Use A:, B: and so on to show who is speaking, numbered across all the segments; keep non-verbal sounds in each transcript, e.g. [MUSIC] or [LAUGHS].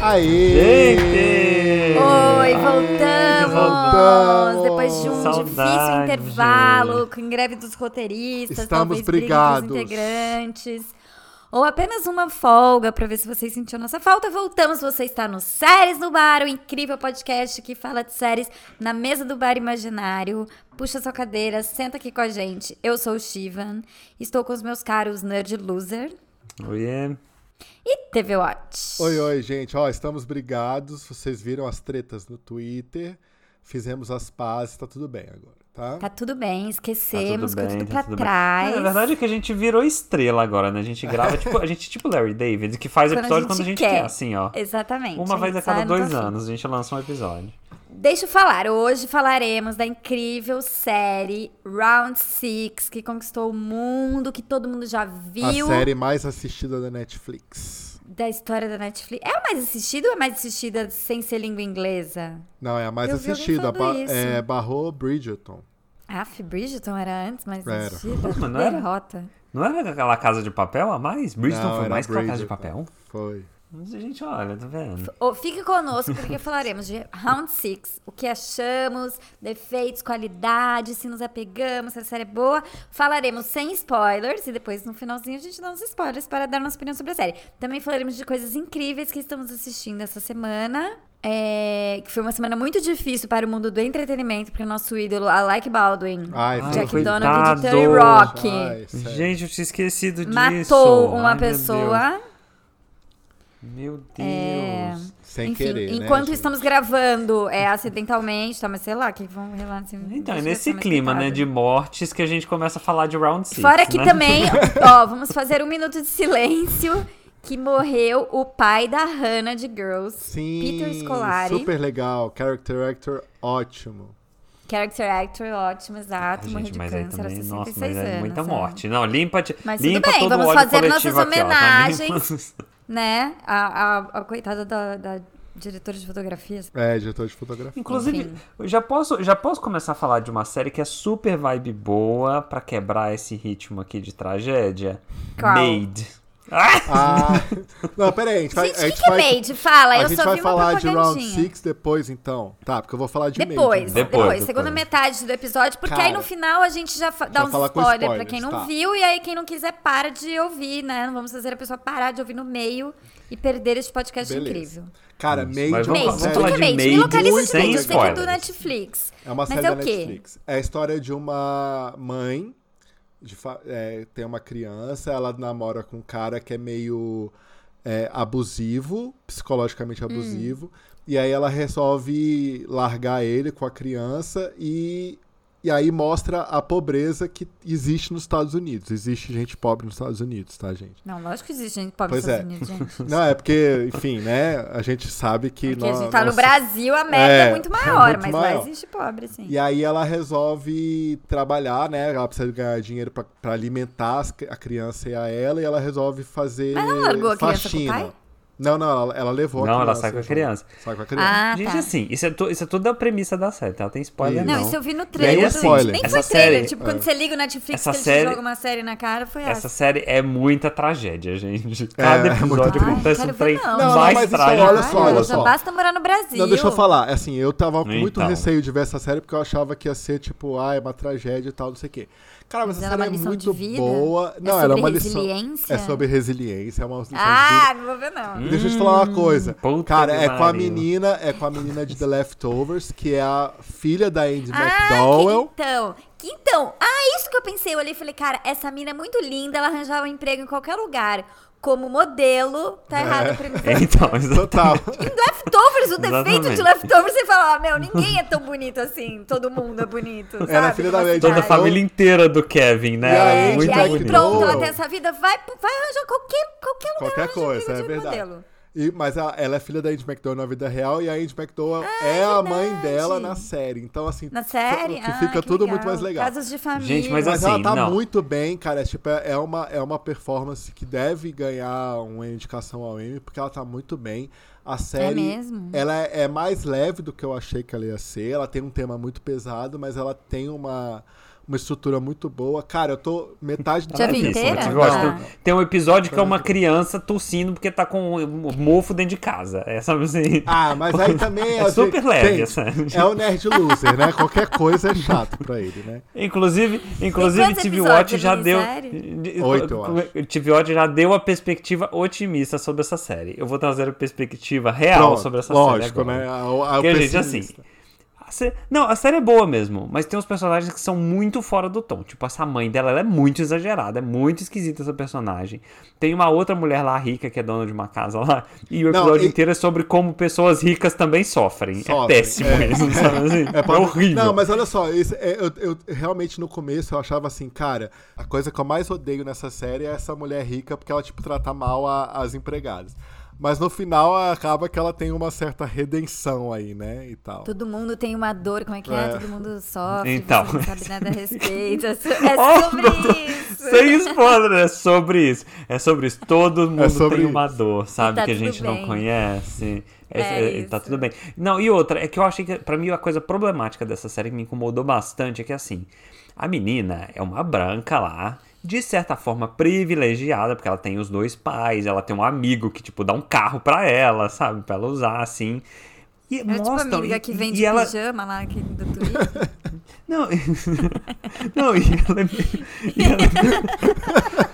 A: Aí!
B: Gente!
C: Oi,
B: Ai,
C: voltamos!
B: voltamos.
C: Depois de um difícil
B: Saudade.
C: intervalo, com greve dos roteiristas,
A: Estamos
C: talvez briga
A: brigados.
C: dos integrantes, ou apenas uma folga pra ver se vocês sentiam nossa falta, voltamos! Você está no Séries no Bar, o incrível podcast que fala de séries na mesa do bar imaginário. Puxa sua cadeira, senta aqui com a gente. Eu sou o Shivan, estou com os meus caros Nerd Loser
B: Oiê.
C: e TV Watch.
A: Oi, oi, gente. Ó, estamos brigados. Vocês viram as tretas no Twitter. Fizemos as pazes, tá tudo bem agora, tá?
C: Tá tudo bem, esquecemos,
B: tá tudo bem,
C: ficou tudo
B: tá
C: pra
B: tudo bem.
C: trás.
B: Na verdade é que a gente virou estrela agora, né? A gente grava, tipo, a gente é tipo Larry David, que faz
C: Quando a
B: episódio
C: gente
B: quando a gente
C: quer.
B: quer, assim, ó.
C: Exatamente.
B: Uma vez a
C: gente assim. sai
B: cada
C: no
B: dois
C: café.
B: anos a gente lança um episódio.
C: Deixa eu falar, hoje falaremos da incrível série Round Six que conquistou o mundo, que todo mundo já
A: A
C: viu.
A: série mais assistida da Netflix.
C: Da história da Netflix. É a mais assistida ou é a mais assistida sem ser língua inglesa?
A: Não, é a mais
C: Eu vi alguém
A: assistida.
C: falando
A: ba-
C: isso.
A: é, barrou Bridgerton.
C: Af, Ah, Bridgerton era antes mais
A: Era.
C: assistida.
B: Mas não era?
C: Derrota.
B: Não era aquela casa de papel a mais? Bridgeton
A: Não,
B: foi
A: era
B: mais que a casa de
A: Bridgerton.
B: papel?
A: Foi.
B: Mas, gente, olha, tá vendo?
C: Ô, fique conosco porque [LAUGHS] falaremos de Round Six o que achamos, defeitos, qualidades, se nos apegamos, se a série é boa. Falaremos sem spoilers e depois no finalzinho a gente dá uns spoilers para dar nossa opinião sobre a série. Também falaremos de coisas incríveis que estamos assistindo essa semana. é, que foi uma semana muito difícil para o mundo do entretenimento, para o nosso ídolo, Alec Baldwin,
A: Ai,
B: Ai,
C: Jack
A: foi-
B: Ah, coitado.
C: Donovan e de Terry
B: coitado.
C: Rock.
A: Ai, sério.
B: Gente, eu tinha esquecido disso.
C: Matou uma
B: Ai, meu
C: pessoa.
B: Meu Deus.
C: É.
A: sem
C: Enfim,
A: querer. né,
C: enquanto
A: gente?
C: estamos gravando, é acidentalmente, tá, mas sei lá, que vão relar assim,
B: Então, é
C: acho que
B: nesse
C: vai ser mais
B: clima, né,
C: pecado.
B: de mortes que a gente começa a falar de Round six
C: Fora que
B: né?
C: também, ó, vamos fazer um minuto de silêncio que morreu o pai da Hannah de Girls,
A: Sim,
C: Peter Scolari,
A: super legal. Character actor ótimo.
C: character actor, ótimo, exato,
B: Ai,
C: morreu
B: gente,
C: de
B: mas aí
C: câncer
B: também,
C: aos 66
B: nossa, mas
C: anos.
B: é muita
C: né?
B: morte. Não, limpa, de-
C: Mas tudo
B: limpa
C: bem,
B: todo
C: vamos
B: o ódio
C: fazer
B: coletivo
C: nossas
B: aqui, ó, tá? Limpa-
C: [LAUGHS] Né? A, a, a coitada da, da diretora de fotografia.
A: É, diretor de
C: [LAUGHS]
A: fotografia.
B: Inclusive,
C: Enfim.
B: eu já posso, já posso começar a falar de uma série que é super vibe boa pra quebrar esse ritmo aqui de tragédia.
C: Qual?
B: Made. Ah!
A: Ah, não, peraí. A gente, vai,
C: Gente,
A: a
C: o
A: gente
C: que, que é
A: vai,
C: made? Fala,
A: a
C: eu
A: gente
C: só
A: vai
C: vi uma
A: falar de Round
C: propagandinha.
A: 6 depois, então. Tá, porque eu vou falar de né? Made
C: Depois, depois,
A: agora.
B: Depois,
C: segunda
B: depois.
C: metade do episódio, porque aí
A: Cara,
C: no final a gente já fa- dá
A: já
C: uns
A: fala com
C: spoilers pra
A: spoilers,
C: quem não
A: tá.
C: viu, e aí quem não quiser para de ouvir, né? Não vamos fazer a pessoa parar de ouvir no meio e perder este podcast
A: Beleza.
C: incrível.
A: Cara,
B: Mas
A: Made é
B: vamos
A: uma
C: Made,
B: falar-
A: série,
C: o que é
B: de
C: Made? Me
B: Made
C: localiza de
A: sem
C: Made, eu sei que é do
B: spoilers.
C: Netflix.
A: é uma
C: Mas
A: série
C: é
A: da
C: o quê?
A: Netflix. É a história de uma mãe, de fa- é, tem uma criança, ela namora com um cara que é meio é, abusivo, psicologicamente abusivo,
C: Hum.
A: e aí ela resolve largar ele com a criança e e aí mostra a pobreza que existe nos Estados Unidos. Existe gente pobre nos Estados Unidos, tá, gente?
C: Não, lógico que existe gente pobre nos
A: Pois
C: Estados
A: é.
C: Unidos,
A: [LAUGHS]
C: gente.
A: Não, é porque, enfim, né? A gente sabe que...
C: Porque
A: nó-
C: a gente tá no
A: nossa-
C: Brasil, a merda é,
A: É,
C: muito maior,
A: é muito
C: mas lá
A: maior.
C: existe pobre, sim.
A: E aí ela resolve trabalhar, né? Ela precisa ganhar dinheiro pra, pra alimentar as cri- a criança e a ela, e ela resolve fazer
C: Mas ela largou a criança com o
A: faxina.
C: pai?
A: Não, não, ela, ela levou a
B: Não,
A: criança.
B: ela sai com a
A: junto.
B: criança.
A: Sai com a criança.
C: Ah,
B: Gente,
C: tá.
B: assim, isso é, to- isso é toda a premissa da série, tá? Tem spoiler
A: Isso.
C: Não,
B: não.
C: isso eu vi no
A: aí,
C: trailer. do-
A: spoiler.
C: Nem
B: Essa
C: foi trailer.
B: série- é.
C: tipo, quando você liga o Netflix
B: Essa
C: que ele
B: série-
C: joga uma série na cara, foi
B: Essa
C: essa.
B: série é muita tragédia, gente. Cada
A: é muito
B: episódio
A: triste.
B: acontece
C: Ai,
B: um
C: Ah, quero
B: trem
C: ver não.
A: Não, não,
B: mais
A: mas isso, é
B: trágico. é.
A: olha só,
C: Caralho,
A: olha
C: já
A: só.
C: basta morar no Brasil.
A: Não, deixa eu falar. Assim, eu tava com muito
B: Então.
A: receio de ver essa série, porque eu achava que ia ser, tipo, ah, é uma tragédia e tal, não sei o quê. Cara, mas,
C: Mas
A: essa
C: ela é
A: série
C: uma
A: é muito
C: lição de vida?
A: boa.
C: É
A: Não, ela
C: sobre
A: é uma
C: resiliência?
A: lição. É sobre resiliência, é uma lição de vida. Hum,
C: Ah, não vou ver não.
A: Deixa eu te falar uma coisa.
B: Hum, puta
A: Cara,
B: que
A: é com a
B: pariu.
A: menina, é com a menina de The Leftovers, que é a filha da Andy
C: Ah,
A: McDowell.
C: que então, que então. Ah, isso que eu pensei. Eu olhei e falei, cara, essa mina é muito linda, ela arranjava um emprego em qualquer lugar. Como modelo,
A: É.
C: tá errado pra mim.
B: [LAUGHS] Então,
C: [LAUGHS]
B: exatamente.
A: Total.
B: [LAUGHS]
C: Leftovers, o defeito
B: Exatamente.
C: de leftovers, você fala, ah, meu, ninguém é tão bonito assim, todo mundo é bonito, sabe?
A: Ela é filha da
C: Numa
A: Lady
B: Toda a
A: Ai,
C: cidade.
B: família inteira do Kevin, né?
A: E aí,
C: É,
B: Muito
C: e aí
A: bonito.
C: pronto, ela
A: Boa.
C: tem essa vida, vai, vai arranjar qualquer, qualquer lugar.
A: Qualquer
C: arranja um
A: coisa,
C: emprego
A: é
C: de
A: verdade.
C: modelo.
A: E- mas a- ela é filha da Andy McDowell na vida real e a Andy McDowell
B: Ah,
A: é a mãe dela na série. Então, assim,
C: Na série?
A: que
C: Ah,
A: fica
C: que
A: tudo muito mais legal.
C: Casos de família.
B: Gente, mas
A: Mas
B: assim,
A: ela tá
B: não.
A: muito bem, cara. É, tipo, é, é uma, é uma performance que deve ganhar uma indicação ao Emmy, porque ela tá muito bem.
B: É
A: A série.
C: mesmo?
A: Ela é, é mais leve do que eu achei que ela ia ser. Ela tem um tema muito pesado, mas ela tem uma, uma estrutura muito boa. Cara, eu tô metade da
C: Já vi
A: cabeça,
C: inteira?
A: mas
B: Eu
A: não.
B: gosto.
C: Ah.
B: Tem, tem um episódio que é uma criança tossindo porque tá com um mofo dentro de casa. É, sabe assim?
A: Ah, mas aí também
B: É
A: assim,
B: super leve, assim.
A: gente,
B: sabe?
A: É o nerd loser, né? Qualquer coisa é chato pra ele, né?
B: Inclusive, inclusive
C: quantos
B: TV
C: episódios
B: Watch
C: da
B: já deu.
C: minissérie?
B: de-
A: Oito, eu acho.
B: TV Watch já deu a perspectiva otimista sobre essa série. Eu vou trazer a perspectiva real
A: Pronto,
B: É, sobre essa
A: lógico,
B: série.
A: né?
B: agora.
A: A- a- o
B: Porque, gente, assim.
A: pessimista.
B: a sé- Não, a série é boa mesmo, mas tem uns personagens que são muito fora do tom. Tipo, essa mãe dela, ela é muito exagerada, é muito esquisita essa personagem. Tem uma outra mulher lá rica que é dona de uma casa lá, e o
A: Não,
B: episódio
A: e-
B: inteiro é sobre como pessoas ricas também sofrem.
A: Sofrem,
B: É
A: [LAUGHS]
B: péssimo
A: é.
B: isso, sabe? assim? É,
A: pra-
B: horrível.
A: Não, mas olha só, esse- é, eu, eu- realmente no começo eu achava assim, cara, a coisa que eu mais odeio nessa série é essa mulher rica, porque ela, tipo, trata mal a- as empregadas. Mas no final acaba que ela tem uma certa redenção aí, né? E tal.
C: Todo mundo tem uma dor, como é que é?
A: É.
C: Todo mundo sofre,
B: Então.
C: você não sabe nada a
A: [LAUGHS]
C: respeito. É so- é
B: Oh,
C: sobre
B: meu Deus.
C: isso.
B: [LAUGHS] Sem spoiler, é sobre isso. É sobre isso. Todo mundo
A: sobre
B: tem
A: isso.
B: uma dor, sabe?
C: tá
B: que a
C: tudo
B: gente
C: bem.
B: não conhece. É,
C: É
B: é, tá
C: isso.
B: tudo bem. Não, e outra, é que eu achei que, pra mim, a coisa problemática dessa série que me incomodou bastante é que, assim, a menina é uma branca lá. De certa forma privilegiada, porque ela tem os dois pais, ela tem um amigo que, tipo, dá um carro pra ela, sabe? Pra ela usar, assim. E
C: É tipo a
B: mostram,
C: amiga
B: e-
C: que
B: e-
C: vende
B: e ela,
C: pijama lá que, do Twitter.
B: não, [LAUGHS] não, e ela é meio- E ela, [LAUGHS]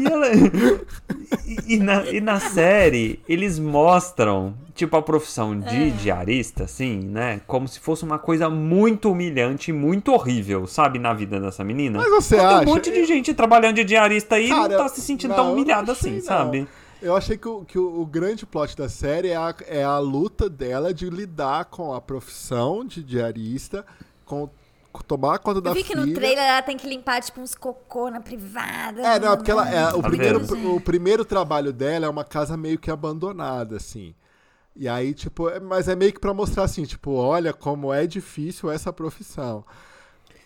B: e, ela- e- e na, e na série, eles mostram, tipo, a profissão de diarista, assim, né? Como se fosse uma coisa muito humilhante e muito horrível, sabe? Na vida dessa menina.
A: Mas você
B: Tem
A: acha-
B: um monte de gente trabalhando de diarista aí e não
A: Cara,
B: tá se sentindo
A: não,
B: tão
A: eu
B: humilhada
A: não achei,
B: assim,
A: não.
B: sabe?
A: Eu achei que, o, que o, o grande plot da série é a, é a luta dela de lidar com a profissão de diarista, com, com tomar conta [LAUGHS] da
C: Eu vi que no
A: filha.
C: trailer ela tem que limpar, tipo, uns cocô na privada. né?
A: É, não, é porque ela, é, o,
B: Tá
A: primeiro,
C: vendo?
A: o primeiro trabalho dela é uma casa meio que abandonada, assim. E aí, tipo, é- mas é meio que pra mostrar assim, tipo, olha como é difícil essa profissão.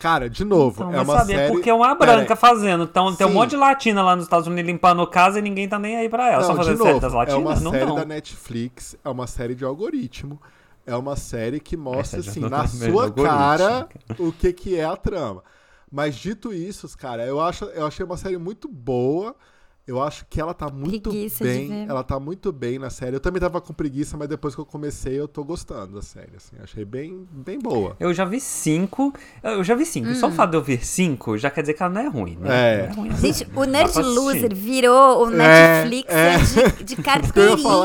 A: Cara, de novo,
B: Então,
A: é
B: mas
A: uma
B: sabe,
A: série...
B: é porque é uma
A: Peraí.
B: branca fazendo. Então, tem um
A: Sim.
B: monte de latina lá nos Estados Unidos limpando casa e ninguém tá nem aí pra ela.
A: Não,
B: só
A: de
B: fazendo
A: novo,
B: certas
A: é
B: latinas?
A: uma
B: não
A: série
B: tão.
A: da Netflix, é uma série de algoritmo. É uma série que mostra,
B: Essa já
A: assim,
B: não
A: na
B: tá vendo
A: sua
B: algoritmo, né,
A: cara o que, que é a trama. Mas dito isso, cara, eu, acho, eu achei uma série muito boa. Eu acho que ela tá muito
C: Preguiça de
A: bem.
C: ver.
A: Ela tá muito bem na série. Eu também tava com preguiça, mas depois que eu comecei, eu tô gostando da série. Assim, achei bem, bem boa.
B: Eu já vi cinco. Eu já vi cinco.
C: Hum.
B: Só o fato de eu ver cinco já quer dizer que ela não é ruim, né?
A: É.
B: Não ruim,
C: Gente,
B: não.
C: o
B: Dá
C: Nerd
B: pra assistir.
C: Loser virou o
A: É,
C: Netflix
A: é.
C: De, de
A: que [LAUGHS] eu ia falar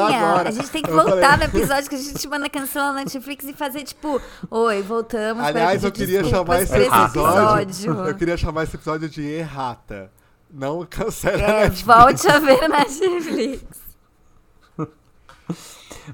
C: carteirinha.
A: agora.
C: A gente tem que
A: Eu
C: voltar
A: falei.
C: no episódio que a gente manda cancelar na Netflix e fazer tipo, oi, voltamos. para
A: Aliás,
C: pedir
A: eu queria
C: desculpas
A: chamar esse
C: por
A: episódio,
C: episódio.
A: [LAUGHS] Eu queria chamar esse episódio de errata. Não cancela a
C: É,
A: Netflix.
C: [LAUGHS] volte a ver na Netflix.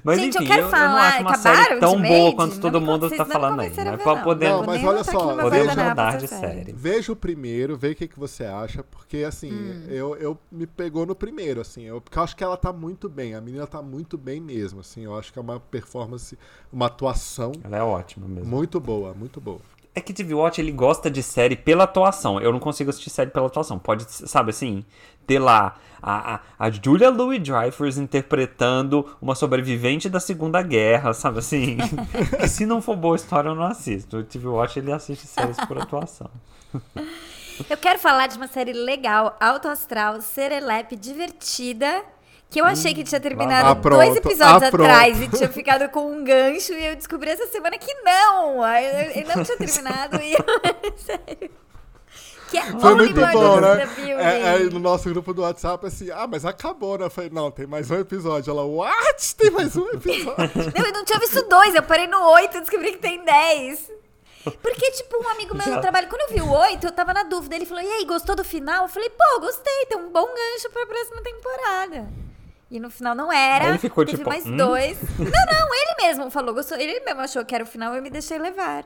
B: Mas,
C: Gente, eu
B: enfim, eu,
C: quero
B: eu não
C: falar,
B: acho uma
C: acabaram
B: série tão
C: de
B: boa
C: Made?
B: quanto
C: Não
B: todo
C: me
B: mundo
C: conven-
B: tá
C: não me
B: falando aí.
C: convenceram a
B: Mas
C: ver,
B: po-
C: não.
A: Não,
B: podemos,
A: mas
C: Nem
A: olha
C: tá aqui
A: só,
C: no meu
B: podemos
C: guardanapo
B: mudar
C: essa
B: de série.
A: Veja o primeiro, vê o que, que você acha, porque assim,
C: Hum.
A: eu, eu me pegou no primeiro, assim, eu, porque eu acho que ela tá muito bem, a menina tá muito bem mesmo, assim, eu acho que é uma performance, uma atuação
B: Ela é ótima mesmo.
A: muito boa, muito boa.
B: É que TV Watch, ele gosta de série pela atuação. Eu não consigo assistir série pela atuação. Pode, sabe assim, ter lá a, a, a Julia Louis-Dreyfus interpretando uma sobrevivente da Segunda Guerra, sabe
C: [LAUGHS]
B: assim? e se não for boa história, eu não assisto. O TV Watch, ele assiste séries
C: [LAUGHS]
B: por atuação.
C: Eu quero falar de uma série legal, alto astral, serelepe, divertida,
B: Hum,
C: que eu achei que tinha terminado
A: Ah,
C: dois
A: pronto,
C: episódios
A: ah, pronto.
C: atrás e tinha ficado com um gancho e eu descobri essa semana que não! Ele não tinha terminado e eu... [LAUGHS] Sério. Que é
A: Foi
C: Only
A: muito
C: Murders
A: bom,
C: in
A: né?
C: the Building.
A: É, é, no nosso grupo do WhatsApp, assim, ah, mas acabou, né? Eu falei, não, tem mais um episódio. Ela, what? Tem mais um episódio?
C: Não, eu não tinha visto dois, eu parei no oito e descobri que tem dez. Porque, tipo, um amigo meu
B: Já.
C: no trabalho, quando eu vi o oito, eu tava na dúvida. Ele falou, e aí, gostou do final? Eu falei, pô, gostei, tem um bom gancho pra próxima temporada. E no final não era.
B: Aí ele ficou,
C: teve
B: tipo,
C: mais
B: "Hum?"
C: dois. Não, não, ele mesmo falou, gostou. Ele mesmo achou que era o final, eu me deixei levar.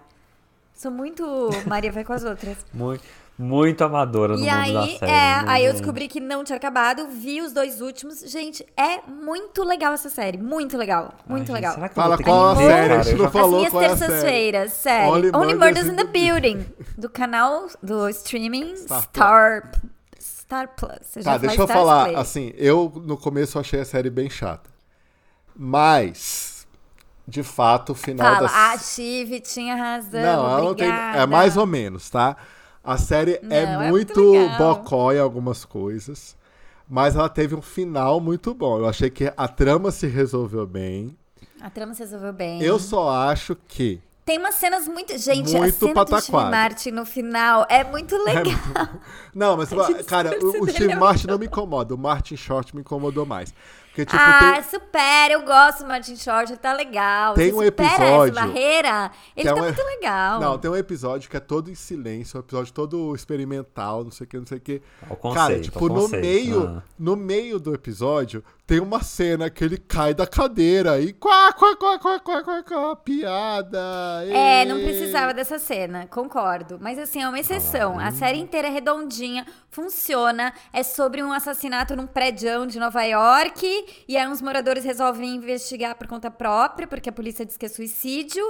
C: Sou muito Maria vai com as outras.
B: Muito, muito amadora no mundo
C: E
B: da
C: aí,
B: série.
C: é,
B: né,
C: aí eu
B: gente?
C: descobri que não tinha acabado, vi os dois últimos. Gente, é muito legal essa série. Muito legal.
B: Ai,
C: Muito
B: gente,
C: legal.
B: será que eu
A: Fala
B: vou ter
A: qual a
B: que ver,
A: série,
B: cara?
A: a gente
B: Eu já
A: não falou
C: Assim, As
A: qual é a
C: minhas
A: série.
C: terças-feiras, sério.
A: Only
C: Only,
A: Murders
C: Murders
A: [LAUGHS]
C: in the
A: in the
C: Building. Do canal do streaming
A: Star
C: Star,
A: Plus.
C: Star, Plus. Eu [LAUGHS] já
A: Tá,
C: ia
A: deixa eu
C: Star
A: falar.
C: Play.
A: Assim, eu no começo achei a série bem chata. Mas, de fato, o final
C: Fala,
A: da
C: a Chive tinha razão.
A: Não, ela não tem.
C: obrigada.
A: É mais ou menos, tá? A série
C: Não,
A: é
C: é
A: muito
C: muito legal.
A: bocó em algumas coisas, mas ela teve um final muito bom. Eu achei que a trama se resolveu bem.
C: A trama se resolveu bem.
A: Eu só acho que
C: Tem umas cenas muito. Gente, a
A: Muito
C: cena do Steve
A: pataquada. tipo,
C: Martin no final é muito legal.
A: Não, mas
C: gente [LAUGHS]
A: cara, o, o
C: percebeu.
A: Steve Martin não me incomoda, o Martin Short me incomodou mais. Porque tipo,
C: ah,
A: tem-
C: supera, eu gosto do Martin Short, ele tá legal.
A: Tem
C: Você
A: um
C: supera
A: episódio
C: Essa barreira, ele
A: que é
C: tá
A: um-
C: muito legal.
A: não, tem um episódio que é todo em silêncio, um episódio todo experimental, não sei o que, não sei o que.
B: O conceito,
A: cara,
B: o
A: tipo, no
B: conceito,
A: meio,
B: ah.
A: no meio do episódio, tem uma cena que ele cai da cadeira e quá, quá, quá, quá, quá, quá, quá, piada.
C: É, não
A: ei.
C: precisava dessa cena, concordo. Mas assim, é uma exceção. A série inteira é redondinha, funciona. É sobre um assassinato num prédio de Nova York. E aí uns moradores resolvem investigar por conta própria, porque a polícia diz que é suicídio.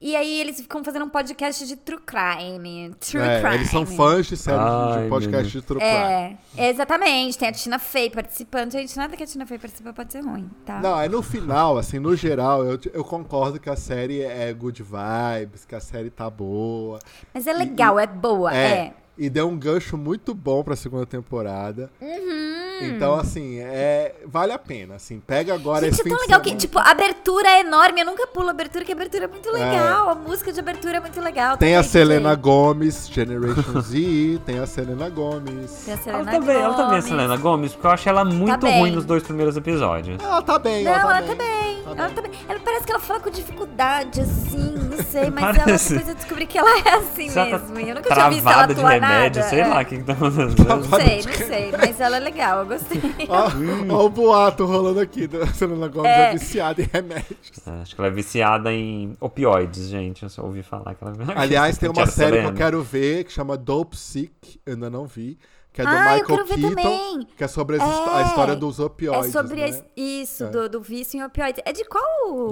C: E aí eles ficam fazendo um podcast de true crime. True
A: É,
C: crime.
A: eles são fãs de série de- de
B: Ai,
A: podcast
B: menino.
A: de True Crime.
C: É, exatamente. Tem a Tina Fey participando. Gente, nada que a Tina Fey participa pode ser ruim, tá?
A: Não, é no final, assim, no geral, eu, eu concordo que a série é good vibes, que a série tá boa.
C: Mas é legal, é boa, é.
A: E deu um gancho muito bom pra segunda temporada.
C: Uhum. Hum.
A: Então, assim, é, vale a pena, assim. Pega agora
C: Gente,
A: esse
C: é
A: fim
C: tão
A: de
C: legal que,
A: semana.
C: tipo, a abertura é enorme. Eu nunca pulo a abertura, que a abertura é muito legal. A música de abertura é muito legal.
A: Tem a
C: também,
A: Selena
C: gente.
A: Gomes, Generation Z, tem a Selena Gomes.
C: Tem a
B: Ela
C: Selena
B: tá, bem, ela tá bem, a
C: Gomez.
B: Selena Gomes, porque eu acho ela muito
C: Tá bem.
B: ruim nos dois primeiros episódios.
A: Ela tá bem,
C: Não,
A: ela tá
C: ela tá
A: bem.
C: bem.
A: Tá
C: Ela
A: bem.
C: tá bem. Ela parece que ela fala com dificuldade, assim, não sei. Mas ela,
B: Parece.
C: depois eu descobri que ela é assim
B: Se ela tá
C: mesmo. e Eu nunca tinha visto ela
B: travada de
C: atuar
B: remédio,
C: nada.
B: sei
C: é.
B: lá o que que tá acontecendo.
C: Não sei, não sei. Mas ela é legal,
A: [LAUGHS]
C: eu gostei.
A: Ó, ó o boato rolando aqui da [LAUGHS] Selena Gomes é.
C: É.
A: viciada em remédios.
B: É, Acho que ela é viciada em opioides, gente. Eu só ouvi falar que ela é
A: Aliás, tem uma
B: Tia
A: série que eu
B: Selena.
A: quero né? ver que chama Dope Sick, eu ainda não vi, que é do
C: Ah, eu
A: Michael
C: quero ver
A: Keaton,
C: também.
A: que é sobre as his- a
C: É.
A: história dos opioides.
C: é sobre
A: né?
C: as- isso,
A: É.
C: do, do vício em opioides. É de qual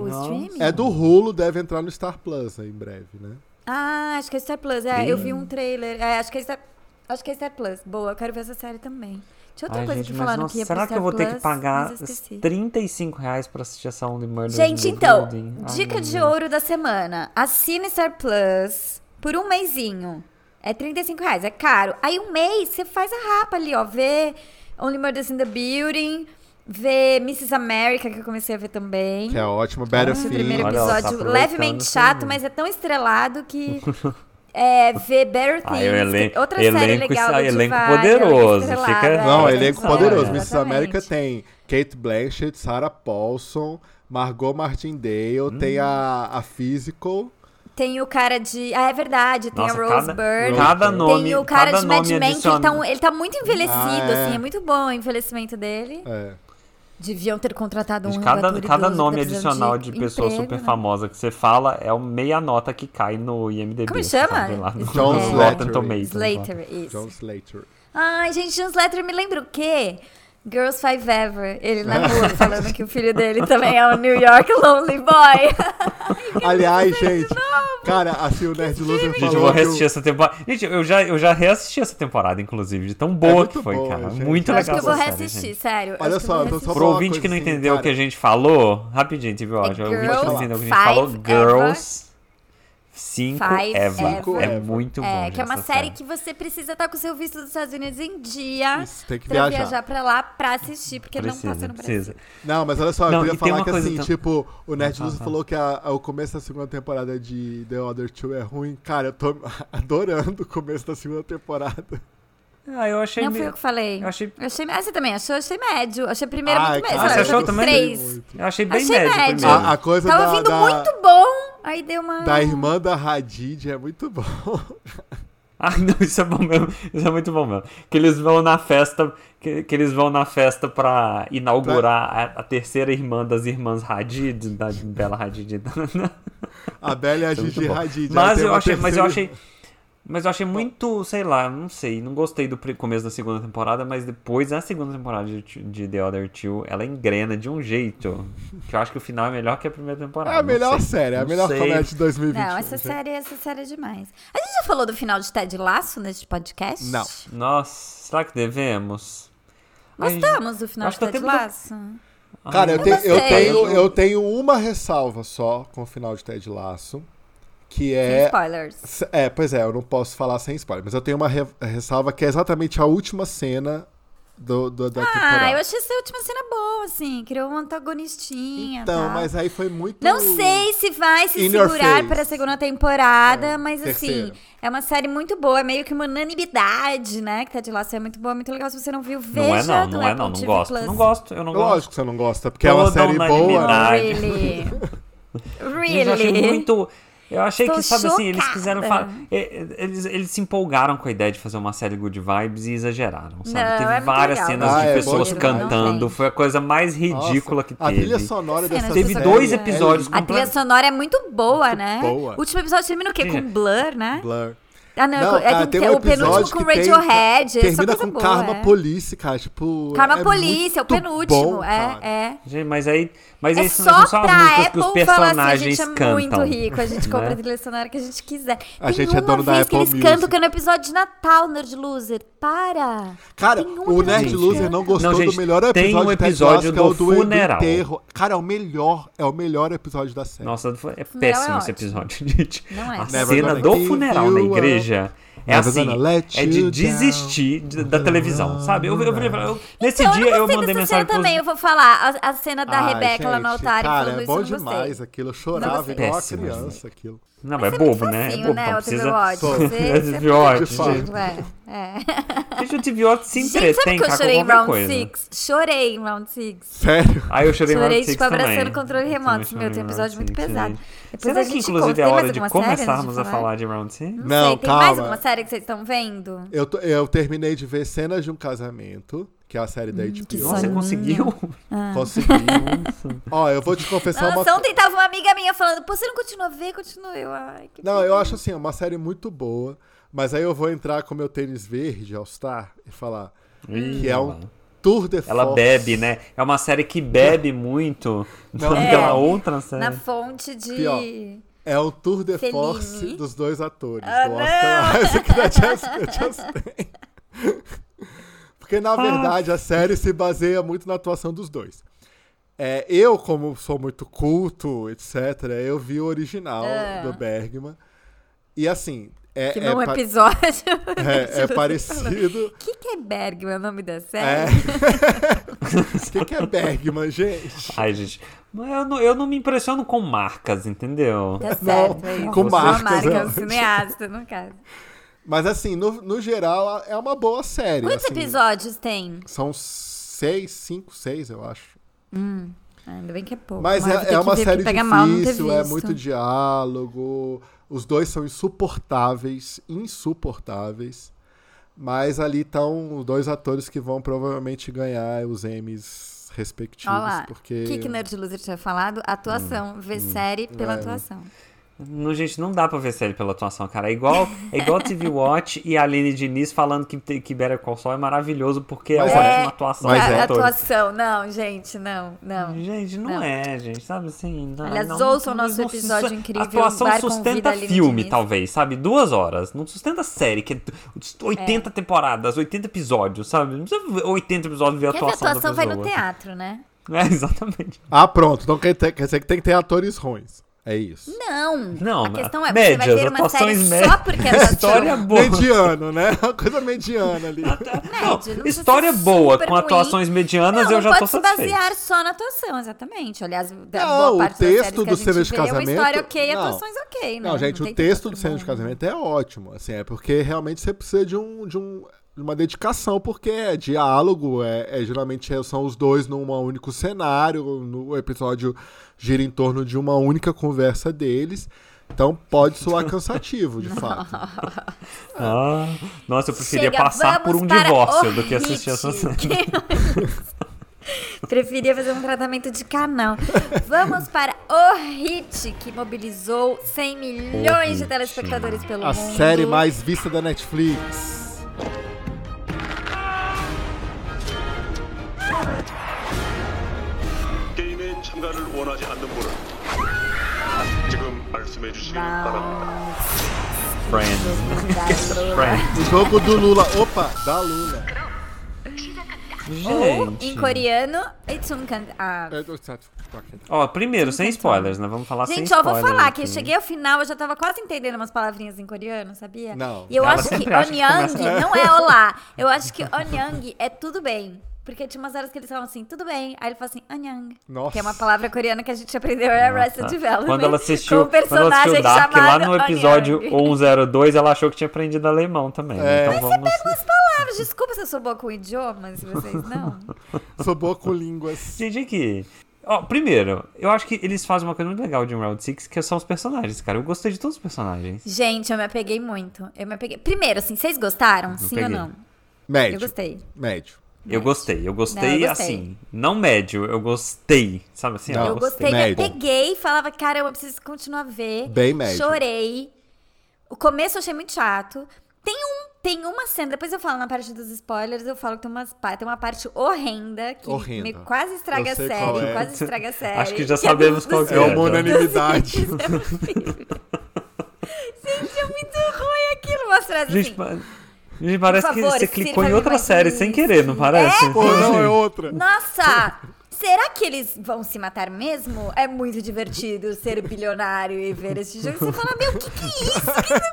B: Nossa.
C: streaming?
A: É do Hulu, deve entrar no Star Plus aí em breve, né?
C: Ah, acho que é Star Plus. É, eu vi um trailer. É, acho que é Star, acho que é Star Plus. Boa, eu quero ver essa série também. Tinha outra
B: Ai,
C: coisa
B: gente, mas
C: que falaram que
B: nossa,
C: ia pro
B: será que
C: Star
B: eu vou ter que
C: Plus,
B: pagar
C: mas eu esqueci.
B: 35 reais pra assistir essa onda de Murder
C: Gente,
B: in the
C: então,
B: Building? Ai,
C: dica
B: meu
C: de
B: Deus.
C: ouro da semana. Assine Star Plus por um mêsinho. É 35 reais, é caro. Aí um mês você faz a rapa ali, ó. Vê Only Murders in the Building, vê Mrs. America, que eu comecei a ver também.
A: Que é ótimo,
C: Esse
A: Battlefield.
C: primeiro
B: Olha, ela tá
C: episódio
B: aproveitando
C: levemente
B: tudo.
C: chato, mas é tão estrelado que é, ver Better Things,
B: Ah, e o elen-
C: que- outra série
B: elenco-
C: legal da
B: ah, elenco
C: Divine,
B: poderoso,
C: estrelado,
B: fica-
C: é,
A: Não,
B: Ah,
A: elenco
B: exatamente.
A: poderoso.
C: exatamente.
A: Mrs. América tem Kate Blanchett, Sarah Paulson, Margot Martindale,
B: Hum.
A: tem a, a Physical.
C: Tem o cara de... Ah, é verdade, tem
B: Nossa,
C: a Rose
B: cada,
C: Byrne.
B: cada
A: Tem
B: nome,
C: tem o cara
B: cada
C: de Mad
B: nome
C: Men, que ele tá,
B: adiciona-
C: um- ele tá muito envelhecido,
A: Ah, é.
C: assim, é muito bom o envelhecimento dele.
A: É.
C: Deviam ter contratado um
B: Gente, cada,
C: redator
B: cada
C: idoso,
B: nome
C: tá precisando
B: adicional de, pessoa
C: emprego,
B: super
C: né?
B: famosa que você fala é o meia nota que cai no IMDB.
C: Como
B: sabe?
C: chama?
B: tá Lá no,
A: John
B: no
A: Slattery.
B: Rotten Tomatoes.
C: Slater, isso.
A: John Slater.
C: Ai, gente, John Slater me lembra o quê? Girls Five Ever. Ele na
B: [LAUGHS]
C: rua falando que o filho dele também é um New York Lonely Boy.
A: Aliás, gente, cara, assim, o Nerd Loser falou.
B: Gente, eu vou
A: que o-
B: reassistir essa temporada. Gente, eu já, eu já reassisti essa temporada, inclusive, de tão boa
A: É muito
B: que foi,
A: boa,
B: cara.
A: gente.
B: Muito
C: Eu
B: legal
C: acho que eu vou
B: essa série,
C: reassistir,
B: gente.
C: sério.
A: Olha
C: Acho que
A: só,
C: eu
A: eu tô só
C: vou reassistir.
B: Pro
A: falar uma
B: ouvinte que
A: coisa
B: não
A: assim,
B: entendeu o que
A: cara.
B: a gente falou, rapidinho, TV Watch. O
C: É
B: ouvinte que não
A: Girls
B: entendeu o que a
C: Five
B: gente falou, Girls
C: Ever.
B: 5
C: Five
B: Ever. É
A: Ever.
B: muito bom.
C: É, que é
B: gente,
C: uma
B: essa
C: série que você precisa estar com o seu visto dos Estados Unidos em dia.
A: Isso, tem que
C: pra
A: viajar.
C: pra lá pra assistir, porque não tá passa
B: Precisa,
C: no Brasil.
B: precisa.
A: Não, mas olha só, eu
B: Não, e
A: queria
B: tem
A: falar
B: uma
A: que
B: coisa,
A: assim,
B: então-
A: tipo, o Nerd
B: Fala,
A: Loser
B: fala.
A: falou que a- a- o começo da segunda temporada de The Other Two é ruim. Cara, eu tô [LAUGHS] adorando o começo da segunda temporada.
B: Ah, eu achei
C: Não
B: meio-
C: fui eu que falei.
B: Eu achei-
C: Eu achei... Ah, você também achou? Eu achei médio. Eu achei primeiro
A: Ai,
C: muito médio.
A: cara,
B: Ah, você
C: Olha,
B: achou
C: eu dei
B: também?
C: Três.
B: Eu achei bem
C: Achei
B: médio,
C: médio.
B: primeiro.
A: A, a coisa
C: Tava
A: da,
C: vindo
A: da-
C: muito bom, aí deu uma...
A: da irmã da Hadid é muito bom. [LAUGHS]
B: Ah, não, isso é bom mesmo. Isso é muito bom mesmo. Que eles vão na festa, que, que eles vão na festa pra inaugurar a, a terceira irmã das irmãs Hadid, da Bela Hadid. [LAUGHS]
A: A Bela e a
B: muito
A: Gigi
B: bom.
A: Hadid. aí
B: mas
A: tem
B: eu
A: uma
B: achei, mas eu
A: terceira-
B: achei mas eu achei muito, sei lá, não sei, não gostei do pri- começo da segunda temporada, mas depois a segunda temporada de, de The Other Two, ela engrena de um jeito que eu acho que o final é melhor que a primeira temporada.
A: É a
B: não
A: melhor
B: sei,
A: série, é a
B: não
A: melhor
B: sei.
A: comédia de 2021.
C: Não, essa
A: gente.
C: série, essa série é demais. A gente já falou do final de Ted Laço neste podcast?
A: Não.
B: Nossa, será que devemos? Ai,
C: Gostamos do final
B: acho que
C: de
B: tá
C: Ted
B: tempo da-
C: Laço?
B: ai,
A: Cara, eu,
C: Eu
A: te- eu
C: gostei.
A: tenho, eu tenho uma ressalva só com o final de Ted Lasso. Que
C: Sem
A: é.
C: spoilers.
A: É, pois é, eu não posso falar sem spoiler, mas eu tenho uma re- ressalva que é exatamente a última cena do, do- da temporada.
C: Ah, eu achei essa última cena boa, assim. Criou um antagonistinha.
A: Então,
C: tal.
A: mas aí foi muito.
C: tá. Não sei se vai se
A: In your
C: segurar
A: face.
C: para a segunda temporada, mas
A: terceira.
C: assim, é uma série muito boa, é meio que uma unanimidade, né? Que tá de lá, é muito boa, muito legal. Se você não viu, veja.
B: não é não,
C: do
B: não é
C: Apple
B: não, não
C: TV
B: gosto.
C: Plus.
B: Não gosto, eu não gosto.
A: Lógico que você não gosta, porque é uma
B: Toda
A: série boa. né?
B: unanimidade.
C: Really?
B: é
C: [LAUGHS]
B: Gente, eu achei
C: really?
B: muito. Eu achei que,
C: Estou
B: sabe assim, eles quiseram
C: chocada.
B: falar. Eles, eles se empolgaram com a ideia de fazer uma série Good Vibes e exageraram, sabe?
C: Não,
B: Teve
C: é muito
B: várias
C: legal,
B: cenas
A: não
B: de
A: tem
B: pessoas
A: dinheiro, não
B: cantando.
C: tem.
B: Foi a coisa mais
A: Nossa,
B: ridícula que
A: A
B: teve.
A: trilha sonora
C: Cenas
A: dessa
C: de
A: série
B: Teve dois
A: é
B: episódios
C: A trilha sonora é muito boa, né?
A: boa.
C: O último episódio termina o quê? Com
B: Sim.
C: Blur, né?
A: Blur.
C: Ah, não,
A: Não,
C: é com-
A: cara, tem um
C: o penúltimo
A: episódio
C: com
A: que tem-
C: Radiohead. é só
A: Termina
C: coisa
A: com
C: boa,
A: Karma
C: é.
A: Police, cara. Tipo.
C: Karma
A: é
C: Police, é o
A: muito
C: penúltimo.
A: bom,
C: é,
A: cara.
C: é.
B: Gente, mas aí. Mas
C: É
B: aí são- são
C: só
B: só as
C: pra
B: músicas que
C: Apple
B: os
C: falar assim, a
B: personagens
C: gente é muito
B: cantam.
C: rico, a gente compra
B: né?
C: a trilha sonora que a gente quiser.
A: A
C: Tem
A: gente
C: uma
A: é dono da
C: vez que
A: Apple
C: eles
A: Music.
C: cantam que é no episódio de Natal, Nerd Loser. Para!
A: Cara,
C: Tem um
A: o Nerd
C: episódio
A: Loser
C: que-
A: não gostou
B: Não, gente,
A: do melhor
B: tem
A: episódio
B: um
A: de Ted
B: episódio
A: Lasso, que é o
B: do
A: do
B: funeral.
A: enterro. Cara, é o melhor, é o melhor episódio da série.
B: Nossa, foi- é péssimo
C: é
B: esse
C: ótimo.
B: episódio, gente.
C: Não é.
B: A
C: Never
B: cena
A: gonna
B: do
A: give
B: funeral na
A: you up.
B: igreja é
A: Never
B: assim,
A: gonna let
B: é
A: you
B: de
A: down.
B: desistir de- da televisão, sabe? Eu, eu, eu, eu- nesse
C: Então,
B: dia
C: eu,
B: eu
C: não gostei
B: mandei
C: dessa
B: mensagem
C: cena
B: pros...
C: também, eu vou falar. A, a cena da
A: Ai,
C: Rebeca lá no
A: gente,
C: altar e
A: Cara, é
C: falando isso,
A: bom
C: eu não
A: demais
C: gostei.
A: aquilo. Eu
C: Não
A: chorava
C: gostei.
A: igual a
B: Péssimo,
A: criança aquilo.
B: Não,
C: Mas
B: é
C: é muito
B: bobo, né? É
C: fofinho,
B: bobo,
C: né,
B: então
C: o
B: precisa...
C: Trevor
A: [LAUGHS]
C: Watch. Você-
B: É
C: você-
B: Trevor
A: De
B: Watch,
A: fato.
B: gente. [LAUGHS]
C: É, é.
B: Gente, o Trevor Watch se
C: Gente, sabe
B: entretém,
C: que eu
B: cara, com
C: chorei em
B: qualquer
C: Round
B: coisa.
C: 6? Chorei em Round 6.
A: Sério?
B: Aí eu chorei em Round
C: Chorei,
B: Six
C: tipo, abraçando
B: também.
C: o controle
B: Eu
C: remoto.
B: também
C: Meu, tem um
B: chorei em
C: episódio
B: Round
C: muito
B: Six,
C: pesado.
B: assim, gente.
C: Depois a
B: Será que,
C: gente
B: inclusive, é
C: conta. Tem
B: hora
C: mais
B: de
C: alguma série antes de
B: começarmos a
C: falar?
B: falar de Round 6?
C: Não,
A: Não,
C: sei, tem mais
A: calma.
C: alguma série que vocês estão vendo?
A: Eu, tô- eu terminei de ver Cenas de um Casamento, que é a série da HBO.
C: Hum, que
B: Nossa, você
C: Soninho.
B: conseguiu?
A: Consegui. Ó, eu vou te confessar É uma
C: Nossa, ontem tava uma amiga minha falando, pô, você não continua a ver? Continua eu. Ai, que
A: Não, eu
C: pena.
A: acho assim, é uma série muito boa. Mas aí eu vou entrar com meu tênis verde, All Star, e falar que é um tour de
B: Ela
A: force.
B: bebe, né? É uma série que
A: [LAUGHS]
B: bebe muito
A: Não,
B: daquela
A: é.
B: outra série.
C: Na fonte de...
A: Pior. É um tour de
C: Fellini.
A: force dos dois atores,
C: Ah,
A: do [LAUGHS] Oscar Isaac e da Jessica Chastain. [LAUGHS] Porque,
C: Ah.
A: na verdade, a série se baseia muito na atuação dos dois. É, eu, como sou muito culto, etc., eu vi o original
C: Ah.
A: do Bergman. E, assim... É,
C: Que
A: é
C: num
A: pa-
C: episódio...
A: [LAUGHS]
C: [LAUGHS]
A: é- é parecido...
C: O que, que é Bergman, o nome da
A: É.
C: série?
A: [LAUGHS] O que, que é Bergman, gente?
B: Ai, gente. Mas eu não, eu não me impressiono com marcas, entendeu?
C: Tá certo,
A: Não,
C: é isso.
A: com
C: Uma
A: marcas,
C: marca,
A: é
C: um
A: ótimo.
C: cineasta, no caso.
A: Mas assim, no, no geral, é uma boa série.
C: Quantos
A: assim,
C: episódios tem?
A: São seis, cinco, seis, eu acho.
C: Ah, Ainda bem que é pouco.
A: Mas
C: eu vou
A: é,
C: ter
A: é
C: que
A: uma
C: ver,
A: série
C: porque pega mal não ter
A: difícil, é
C: visto.
A: muito diálogo. Os dois são insuportáveis, insuportáveis. Mas ali estão os dois atores que vão provavelmente ganhar é os M's respectivos.
C: Olha lá, o
A: porque...
C: que, que Nerd Loser tinha falado?
A: Hum,
C: Atuação, ver série pela
A: É.
C: atuação.
B: Não, gente, não dá pra ver série pela atuação, cara. É igual, é igual TV Watch e a Aline Diniz falando que, te- que Better Call Saul é maravilhoso porque
A: Mas
B: é Hum,
A: é.
B: ótima atuação
A: Mas
B: dos
A: é.
C: a,
B: atores.
C: Ah, atuação, não, gente, não, não.
B: Gente, não,
C: Não.
B: é, gente, sabe assim. Não,
C: Aliás,
B: não,
C: ouçam
B: não-
C: nosso
B: não sus-
C: episódio incrível,
B: A atuação
C: Bar com Vida,
B: sustenta
C: Aline
B: filme,
C: Diniz.
B: talvez, sabe? Duas horas. Não sustenta série, que é
C: É.
B: 80 temporadas, 80 episódios, sabe? Não precisa ver 80 episódios ver a
C: Porque essa
B: atuação.
C: atuação
B: da
C: vai
B: pessoa.
C: no teatro, né?
B: É, exatamente.
A: Ah, pronto. Então quer dizer quer dizer que tem que ter atores ruins. É isso.
C: Não.
B: Não,
C: a questão é, você vai
B: médias,
C: ver uma série
B: atuações
C: só
B: médias. [LAUGHS]
C: porque é
B: História
C: atuação.
B: boa.
A: Mediano, né? Uma coisa mediana ali.
B: Não,
C: precisa ser
B: história boa
C: super
B: com
C: ruim.
B: atuações medianas,
C: Não,
B: eu
C: não
B: já
C: pode
B: tô
C: se
B: satisfeito.
C: basear só na atuação, exatamente. Aliás, da
A: Não,
C: boa
A: o
C: parte
A: texto
C: das séries que
A: do
C: a
A: Cenas
C: gente
A: de
C: vê, é uma
A: Casamento-
C: história ok,
A: não.
C: atuações ok, né?
A: Não, gente,
C: tem
A: o texto
C: tanto
A: do Cenas de
C: problema.
A: Casamento é ótimo, assim, é porque realmente você precisa de um, de um de uma dedicação, porque é diálogo, é, é geralmente é- são os dois num único cenário, no o episódio gira em torno de uma única conversa deles. Então pode
C: [LAUGHS]
A: soar cansativo, de fato.
C: Tá
B: Ah, nossa, eu preferia
C: Chega,
B: passar por
C: vamos
B: um
C: para
B: divórcio
C: o
B: do que assistir essa
C: hit. [LAUGHS]
B: série.
C: Preferia fazer um tratamento de canal. Vamos para o hit que mobilizou 100 milhões de
B: hit.
C: telespectadores pelo
A: A
C: mundo.
A: série mais vista da Netflix.
D: 게임에 참가를 원하지 않는 분은 지금 말씀해 주시기
C: 아.
D: 바랍니다.
B: Friends. Friends.
A: O jogo do Lula. Opa, da Lula.
C: Ou,
B: Gente.
C: em coreano, Itsun Kan. Ah,
A: É,
B: Ó, primeiro, sem spoilers, né? Vamos falar sem
C: Gente, ó, eu
B: spoilers.
C: vou falar que eu
B: aqui.
C: cheguei ao final, eu já tava quase entendendo umas palavrinhas em coreano, sabia?
A: Não.
C: E eu
B: Ela
C: acho que
B: sempre acha que
C: Onyang
B: começa-
C: não é
B: [LAUGHS]
C: olá. Eu acho que Onyang é tudo bem. Porque tinha umas horas que eles falavam assim, tudo bem. Aí ele fala assim, Anyang.
A: Nossa.
C: Que é uma palavra coreana que a gente aprendeu em Arrested
B: Tá.
C: Development.
B: Quando ela assistiu,
C: com um
B: quando ela assistiu
C: personagem
B: Dark lá
C: chamado
B: no episódio
C: Onyang.
B: 102, ela achou que tinha aprendido alemão também.
A: É.
B: né? Então vamos.
C: Umas palavras, "Ah, desculpa se eu sou boa com idiomas, se vocês
B: [LAUGHS]
C: não.
A: Sou boa com línguas.
B: Gente, que. Ó, primeiro, eu acho que eles fazem uma coisa muito legal de um Round 6, que são os personagens, cara. Eu gostei de todos os personagens.
C: Gente, eu me apeguei muito. Eu me apeguei. Primeiro, assim, vocês gostaram? Sim ou
B: peguei.
C: não?
A: Médio.
C: Eu gostei.
A: Médio.
B: Eu gostei, eu gostei,
C: Não, eu gostei.
B: assim. Não médio, eu gostei. Sabe assim? ó,
A: Não.
C: Eu gostei, eu
A: Médio.
C: peguei, falava, cara, eu preciso continuar a ver.
A: Bem médio.
C: Chorei. O começo eu achei muito chato. Tem um, tem uma cena, depois eu falo na parte dos spoilers, eu falo que tem, umas, pa- tem uma parte horrenda que
A: Horrenda.
C: me- quase estraga
A: Eu
C: a
A: sei
C: série,
A: qual é.
B: [LAUGHS]
C: quase estraga a série.
B: Acho
C: [LAUGHS]
B: que já
C: é
B: sabemos
C: dos-
B: qual
C: dos-
B: que
A: É uma
B: Credo.
C: [LAUGHS]
A: unanimidade.
C: Gente, é muito ruim aquilo, umas frases
B: Gente,
C: assim.
B: pa- gente, parece
C: Por
B: que
C: favor,
B: você
C: Siri,
B: clicou em
C: faz
B: outra
C: mais um
B: série
C: isso.
B: sem querer, não parece?
A: Pô, não, é outra.
C: Nossa! Será que eles vão se matar mesmo? É muito divertido ser bilionário e ver esse jogo. Você fala, meu, o que, que é isso? O que
B: [LAUGHS]
C: tá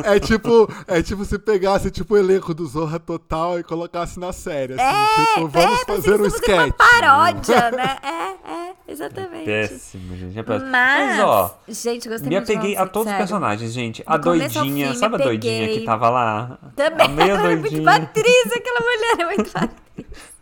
C: acontecendo?
A: É tipo, é tipo se pegasse tipo o elenco do Zorra Total e colocasse na série. Assim, tipo, vamos
C: é, parece que
A: fazer um
C: eles estão fazendo
A: sketch.
C: uma
B: [LAUGHS]
C: paródia, né? É, é, exatamente.
B: Péssimo, gente. É
C: Mas,
B: péssimo. ó,
C: gente, gostei
B: me
C: muito de
B: apeguei a
C: Round
B: todos os
C: Six, sério.
B: personagens, gente. A
C: Do começo ao
B: doidinha,
C: fim, me
B: sabe a doidinha
C: peguei.
B: que tava lá?
C: Também,
B: A
C: [LAUGHS]
B: meia
C: ela é muito
B: doidinha.
C: matriz, aquela mulher é muito
B: [LAUGHS]
C: matriz.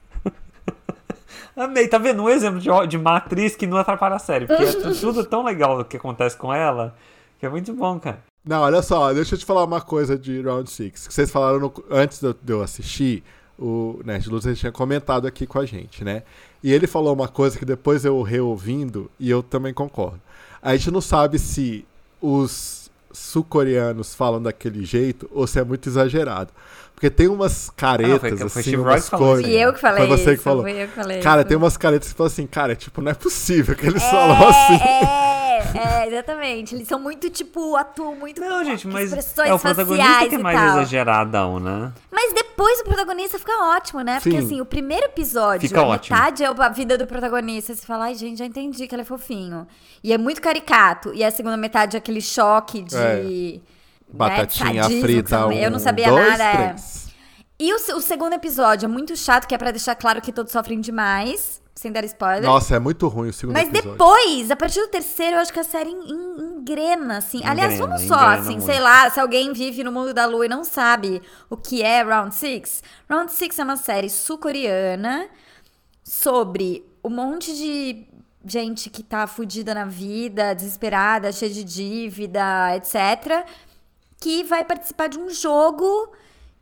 B: Amei, tá vendo? Um exemplo de, ó- de uma atriz que não atrapalha a série. Porque é
C: [LAUGHS]
B: tu- tudo tão legal o que acontece com ela, que é muito bom, cara.
A: Não, olha só, deixa eu te falar uma coisa de Round Six Que vocês falaram no- antes de eu- de eu assistir, o Nerd Lúcio tinha comentado aqui com a gente, né? E ele falou uma coisa que depois eu reouvindo, e eu também concordo. A gente não sabe se os sul-coreanos falam daquele jeito ou se é muito exagerado. Porque tem umas
B: Ah, não,
A: caretas,
B: foi- foi
A: assim,
B: Steve Roy
A: umas
B: que falou
A: coisas.
B: isso.
C: Fui eu que falei
A: Foi você
C: isso,
A: que falou.
C: Foi eu que falei
A: Cara,
C: isso.
A: tem umas caretas que falam assim, cara, tipo, não é possível que eles
C: É,
A: falam assim.
C: É, é, exatamente. Eles são muito, tipo, atuam muito
B: Não, gente, mas
C: expressões
B: é o protagonista
C: faciais
B: que é
C: e
B: mais
C: tal.
B: exageradão, né?
C: Mas depois o protagonista fica ótimo, né? Porque
A: Sim.
C: assim, o primeiro episódio,
B: Fica
C: a
B: ótimo.
C: metade é a vida do protagonista. Você fala, ai, gente, já entendi que ele é fofinho. E é muito caricato. E a segunda metade é aquele choque de.
A: É.
C: né,
A: Batatinha
C: sadismo, que você
A: frita,
C: não-
A: um,
C: Eu não sabia
A: dois,
C: nada. é.
A: Três.
C: E o, se- o segundo episódio é muito chato, que é pra deixar claro que todos sofrem demais, sem dar spoiler.
A: Nossa, é muito ruim o segundo
C: Mas
A: episódio.
C: depois, a partir do terceiro, eu acho que a série en- en- engrena, assim. Aliás,
B: Engrena,
C: vamos só,
B: engrena
C: assim,
B: muito.
C: sei lá, se alguém vive no mundo da lua e não sabe o que é Round Six. Round Six é uma série sul-coreana sobre um monte de gente que tá fudida na vida, desesperada, cheia de dívida, etc. Que vai participar de um jogo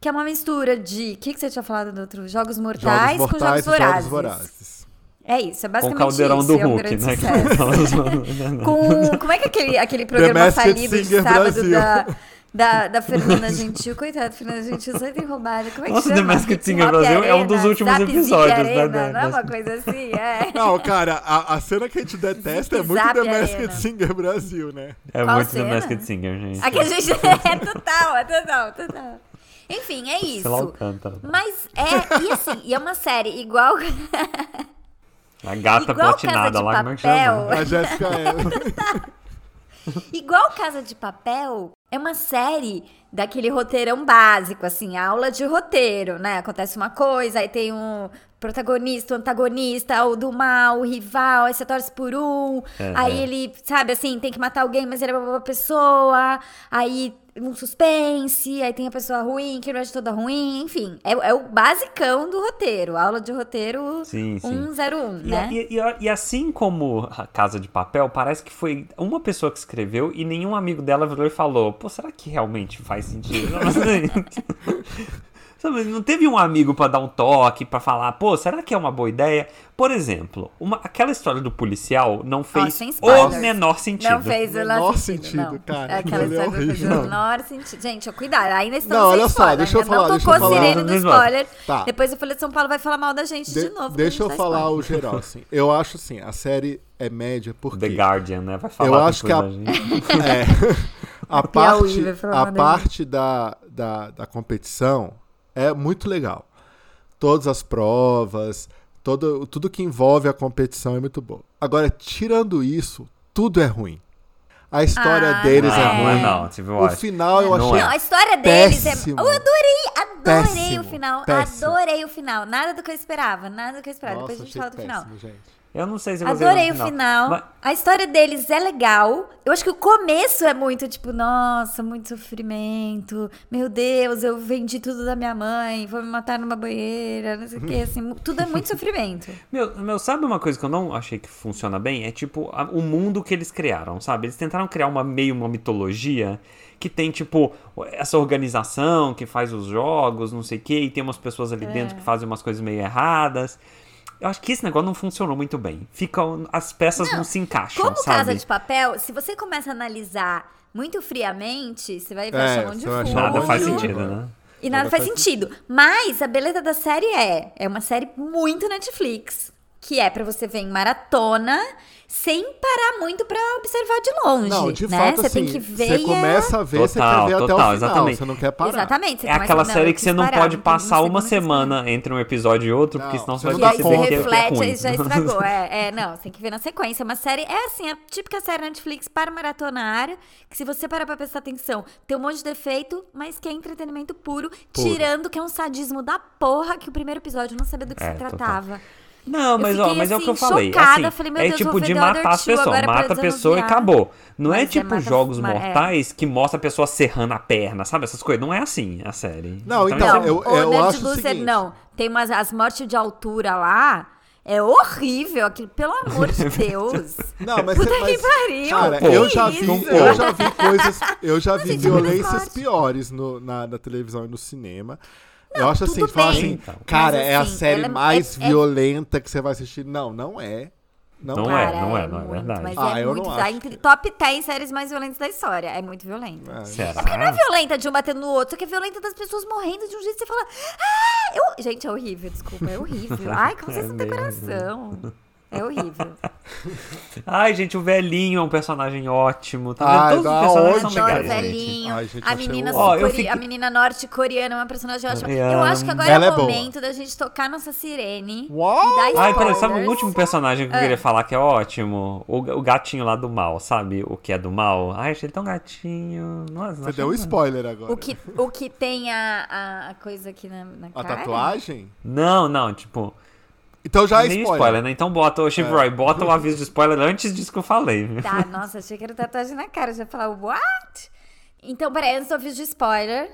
C: que é uma mistura de. O que, que você tinha falado do outro? Jogos
A: Jogos
C: mortais, com
A: Mortais
C: jogos
A: e
C: vorazes.
A: Jogos Vorazes.
C: É isso,
B: Com
C: é
B: o
C: basicamente
B: caldeirão
C: isso.
B: do
C: é um
B: Hulk,
C: grande
B: né? [LAUGHS]
C: sucesso. [LAUGHS] Com. Como é que é aquele, aquele programa
A: Masked
C: falido de
A: Singer
C: sábado
A: Brasil.
C: da, [LAUGHS] da, da Fernanda Gentil? Coitada, Fernanda Gentil, só tem roubado. Como é que
B: Nossa,
C: chama?
B: The Masked
C: Hip
B: Singer
C: Hop
B: Brasil é um dos
C: Arena,
B: últimos
C: Zap Zig
B: episódios, né,
C: Arena,
B: da-
C: Não é uma
B: das-
C: coisa assim?
B: [LAUGHS]
C: É.
A: Não, cara, a, a cena que a gente detesta é muito
C: Zap
A: The
C: Arena.
A: Masked Singer Brasil, né?
B: É
C: Qual
B: muito
C: cena?
B: The Masked Singer, gente.
C: Aqui a gente [LAUGHS] é total, é total, total. Enfim, é
B: Sei lá o
C: isso.
B: cântaro.
C: Mas é, e assim, e é uma série igual,
B: A gata
C: igual Casa
B: platinada
C: de
B: lá, como é que
C: Papel.
B: chama?
A: A Jéssica é.
C: Igual Casa de Papel, é uma série daquele roteirão básico, assim, aula de roteiro, né? Acontece uma coisa, aí tem um protagonista, o antagonista, o do mal, o rival, aí você torce por um,
B: É,
C: aí
B: é.
C: ele, sabe, assim, tem que matar alguém, mas ele é uma boa pessoa, aí um suspense, aí tem a pessoa ruim, que não é de toda ruim, enfim, é, é o basicão do roteiro, aula de roteiro
B: Sim, sim.
C: 101,
B: E,
C: né?
B: e- e- e assim como a Casa de Papel, parece que foi uma pessoa que escreveu e nenhum amigo dela virou e falou: pô, será que realmente faz sentido? [LAUGHS] né, Sabe, não teve um amigo pra dar um toque, pra falar, pô, será que é uma boa ideia? Por exemplo, uma- aquela história do policial não fez o
C: sem spoilers.
B: menor sentido.
C: Não fez o menor
A: Menor
C: sentido,
A: sentido,
C: não.
A: cara.
C: É Aquela
A: Ele é
C: história não fez o
A: horrível.
C: menor sentido. Gente, ó, cuidado, ainda estamos
A: Não,
C: sem
A: olha só,
C: spoiler,
A: deixa eu
C: ainda
A: falar,
C: não
A: deixa
C: tocou
A: eu
C: a
A: falar.
C: sirene do
B: Não, não.
C: spoiler.
A: Tá.
C: Depois a Folha de São Paulo vai falar mal da gente [LAUGHS] de,
A: De-
C: novo.
A: deixa eu
C: quando a gente dá
A: falar
C: spoiler.
A: o geral, assim. Eu acho assim, a série é média porque.
B: The Guardian, né? Vai falar
A: Eu acho que a,
B: depois da gente.
A: é, a parte,
C: vai falar
A: a
C: da-
A: parte da, da, da competição é muito legal. Todas as provas, Todo, tudo que envolve a competição é muito bom. Agora, tirando isso, tudo é ruim. A história
C: Ah,
A: deles
B: não,
A: é
B: não
A: ruim.
B: é não, Steve
A: o
B: Watch.
A: final eu
B: Não é.
A: achei.
C: Não, a história deles
A: Péssimo.
C: é. Eu adorei, adorei
A: Péssimo,
C: o final.
A: péssimo.
C: Adorei o final. Nada do que eu esperava, nada do que eu esperava. Depois a gente
A: achei
C: fala do final.
A: péssimo, gente.
B: Eu não sei se eu gostei
C: Adorei
B: do
C: o final.
B: Mas-
C: A história deles é legal. Eu acho que o começo é muito tipo, nossa, muito sofrimento. Meu Deus, eu vendi tudo da minha mãe, vou me matar numa banheira, não sei o que, assim, tudo é
B: [LAUGHS]
C: muito sofrimento.
B: Meu, meu, sabe uma coisa que eu não achei que funciona bem? É tipo a- o mundo que eles criaram, sabe? Eles tentaram criar uma meio uma mitologia que tem tipo essa organização que faz os jogos, não sei o quê, e tem umas pessoas ali dentro
C: É.
B: que fazem umas coisas meio erradas. Eu acho que esse negócio não funcionou muito bem. Ficam as peças não, se encaixam,
C: Como
B: sabe?
C: Casa de Papel, se você começa a analisar muito friamente, você vai, vai
A: É,
C: achar um monte de
A: você vai achar um
B: Nada
A: Não,
B: faz
A: não.
B: sentido, né?
C: E nada faz sentido. Mas a beleza da série é, é uma série muito Netflix, que é pra você ver em maratona, sem parar muito pra observar de longe,
A: Não, de
C: né?
A: fato,
C: você
A: assim,
C: tem que ver
A: você
C: e é-
A: começa a ver, você quer
B: Total,
A: ver até o
B: total,
A: final,
B: exatamente.
A: você não quer parar.
C: Exatamente. você
B: É
C: começa-
B: aquela
C: não,
B: série
C: eu
B: que
C: quis
B: você não
C: parar,
B: pode
C: tem
B: passar
C: segunda
B: uma
C: que eu quis
B: semana entre um episódio e outro, porque
A: Não,
B: senão
A: você
B: você
A: não
B: vai
A: dá
C: parar. E aí
B: perceber
A: conta.
C: você
B: que é- que é
C: reflete,
B: ruim.
C: aí já estragou.
B: [LAUGHS]
C: É, é, não, você tem que ver na sequência. Uma série é assim, a típica série Netflix para maratonar, que se você parar pra prestar atenção, tem um monte de defeito, mas que é entretenimento puro, tirando que é um sadismo da porra que o primeiro episódio não sabia do que
B: É,
C: se
B: total.
C: tratava.
B: Não,
C: Eu
B: mas ó,
C: fiquei,
B: mas é o que eu
C: assim,
B: falei.
C: chocada.
B: assim,
C: Falei, meu
B: é
C: Deus,
B: tipo
C: vou ver
B: de
C: The
B: matar
C: Other
B: as
C: Two
B: pessoas.
C: agora pra
B: Mata a pessoa e
C: desanuviar.
B: acabou. Não é
C: Mas é
B: tipo
C: mata-
B: jogos
C: ma- é.
B: mortais que mostra a pessoa serrando a perna, sabe? Essas coisas. Não é assim a série.
A: Não, então,
B: é
C: Não,
B: assim.
A: eu-
C: o Nerd
A: acho o
C: Loser,
A: seguinte.
C: não. Tem umas as mortes de altura lá. É horrível aquilo, pelo amor
B: [LAUGHS]
C: de Deus.
A: Não, mas,
C: Puta
A: você-
C: que
A: mas
C: pariu.
A: cara,
B: Pô,
A: eu já vi,
C: isso?
A: eu já vi coisas, eu já vi
C: gente, é muito
A: violências
C: forte.
A: piores no- na, na televisão e no cinema. eu acho assim,
C: tudo
A: de falar
C: bem.
A: assim,
B: Então.
A: cara,
C: Mas,
A: é a
C: assim,
A: série
C: ela é-
A: mais
C: é- é-
A: violenta que você vai assistir. Não, não é. Não,
B: Não
A: é.
B: é.
C: Cara,
B: não é
C: muito,
B: verdade.
C: Mas
A: Ah,
C: é
A: eu
C: muito,
A: não
C: tá
A: acho.
C: entre top 10 séries mais violentas da história. É muito violento.
A: Ah,
B: Será?
C: Não é violenta de um batendo no outro, só que é violenta das pessoas morrendo de um jeito que você fala. "Ah, eu-" Gente, é horrível, desculpa,
A: [LAUGHS]
C: é horrível. Ai, como vocês
B: É
C: não têm
B: mesmo.
C: coração. É horrível.
B: Ai, gente, o velhinho é um personagem ótimo. Tá
A: Ai,
B: vendo? Todos
A: da
B: os personagens
A: onde,
B: são
C: Adoro o
B: legais,
A: cara?
B: gente.
C: velhinho.
A: Ai, gente,
C: a,
A: achei um
C: menina
A: o-
B: Ó, eu
C: sul-core-
B: fiquei-
C: a menina norte-coreana é uma personagem ótima.
B: Eu
C: Eu acho que agora
A: amo.
C: é
A: Ela
C: o
A: é boa.
C: momento da gente tocar nossa sirene.
A: Uau!
C: E dar
B: Ai, peraí,
C: spoilers.
B: sabe o último personagem que eu
C: Ah.
B: queria falar que é ótimo? O, o gatinho lá do mal, sabe? O que é do mal? Ai, achei ele tão gatinho. Nossa,
A: Você
B: achei
A: deu um
B: ele-
A: spoiler agora.
C: O que, o que tem a, a, a coisa aqui na, na
A: A
C: cara?
A: tatuagem?
B: Não, não, tipo.
A: Então já é
B: nem
A: spoiler.
B: spoiler, né? Então bota, o Chivroy,
A: É.
B: bota o aviso de spoiler antes disso que eu
A: [LAUGHS]
B: falei. viu?
C: Tá, nossa, achei que era tatuagem na cara. Eu já ia falar, what? Então, peraí, antes do aviso de spoiler.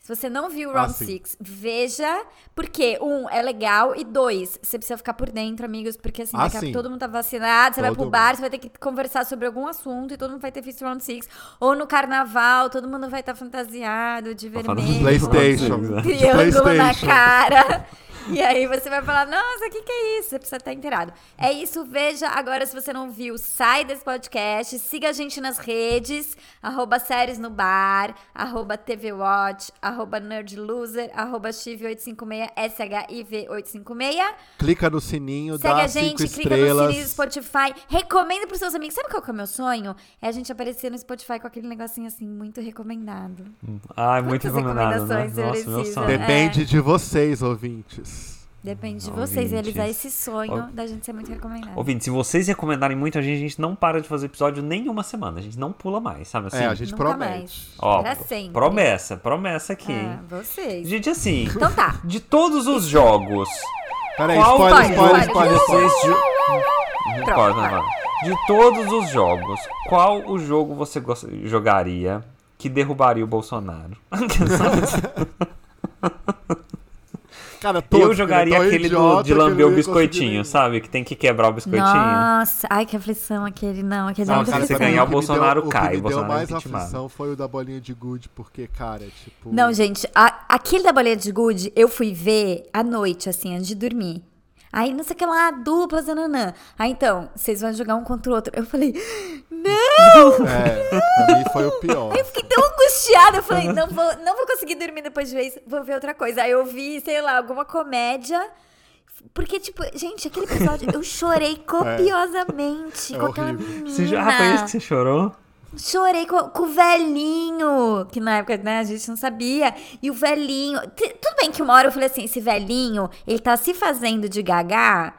C: Se você não viu o
A: Ah,
C: Round
A: sim.
C: Six, veja, porque, um, é legal, e dois, você precisa ficar por dentro, amigos, porque assim,
A: Ah,
C: daqui a
A: sim.
C: pouco todo mundo tá vacinado, você vai
A: Todo
C: pro bar, você vai ter que conversar sobre algum assunto e todo mundo vai ter visto Round Six. Ou no carnaval, todo mundo vai estar fantasiado de
B: Tá falando
C: vermelho.
B: de
A: PlayStation. [LAUGHS]
B: Né?
A: De
C: triângulo na
A: PlayStation.
C: cara. E aí você vai falar, nossa, o que, que é isso? Você precisa estar inteirado. É isso, veja agora se você não viu, sai desse podcast, siga a gente nas redes, arroba séries no bar, arroba TV Watch, arroba nerdloser, arroba chiv856, SHIV856.
A: Clica no sininho,
C: Segue
A: dá
C: a gente,
A: cinco
C: clica no sininho do
A: estrelas.
C: Spotify, recomenda pros seus amigos. Sabe qual que é o meu sonho? É a gente aparecer no Spotify com aquele negocinho assim, muito recomendado.
B: Ai, muito
C: Quantas
B: recomendado, né?
C: recomendações você
B: Nossa, meu
C: precisa,
B: sonho.
C: né?
A: Depende de vocês, ouvintes.
C: Depende de
B: Ouvintes.
C: vocês realizar esse sonho
B: Ou-
C: da gente ser muito recomendado.
B: Ouvinte, se vocês recomendarem muito a gente, a gente não para de fazer episódio nenhuma semana. A gente não pula mais, sabe assim?
A: É, a gente
C: Nunca
A: promete.
C: mais.
B: Ó,
C: Pra É sempre.
B: promessa, promessa aqui,
C: É,
B: hein?
C: vocês.
B: Gente, assim, [LAUGHS]
C: Então tá.
B: de todos os
A: [LAUGHS]
B: jogos,
A: Peraí,
B: Qual
A: spoiler,
B: dos
A: spoiler,
B: jogos
A: spoiler,
B: que
A: spoiler.
B: vocês ju-
C: Pronto,
B: Corta,
C: vai.
B: vai. De todos os jogos, qual o jogo você gos- jogaria que derrubaria o Bolsonaro? [LAUGHS] Sabe assim?
A: Cara, todos,
B: Eu
A: ele
B: jogaria
A: é tão
B: aquele do,
A: idiota
B: de
A: que ele
B: lamber
A: não
B: o
A: ia conseguir
B: biscoitinho,
A: nem-
B: sabe? Que tem que quebrar o biscoitinho.
C: Nossa, ai que aflição aquele, não, aquele é
B: Não,
C: muita
B: cara, você
C: aflição.
B: ganhar o
A: que me deu-
B: Bolsonaro
A: O
B: cai,
A: que
B: o
A: me deu
B: Bolsonaro é
A: mais
B: impeachment.
A: aflição foi o da bolinha de gude, porque, cara, tipo.
C: Não, gente, a- aquele da bolinha de gude eu fui ver à noite, assim, antes de dormir. Aí, não sei o que lá, duplas, nananã. Aí, então, vocês vão jogar um contra o outro. Eu falei, [GASPS] não!
A: É, pra mim foi o pior.
C: Aí eu fiquei tão angustiada, eu falei, não vou, não vou conseguir dormir depois de vez, vou ver outra coisa. Aí eu vi, sei lá, alguma comédia. Porque, tipo, gente,
B: [LAUGHS]
C: aquele episódio, eu chorei copiosamente
A: É
C: com aquela
A: horrível.
C: menina.
B: Você, jo- ah, foi ah, esse que você chorou?
C: Chorei com, com o velhinho, que na época né, a gente não sabia. E o velhinho. T- Tudo bem que uma hora eu falei assim: esse velhinho, ele tá se fazendo de gagá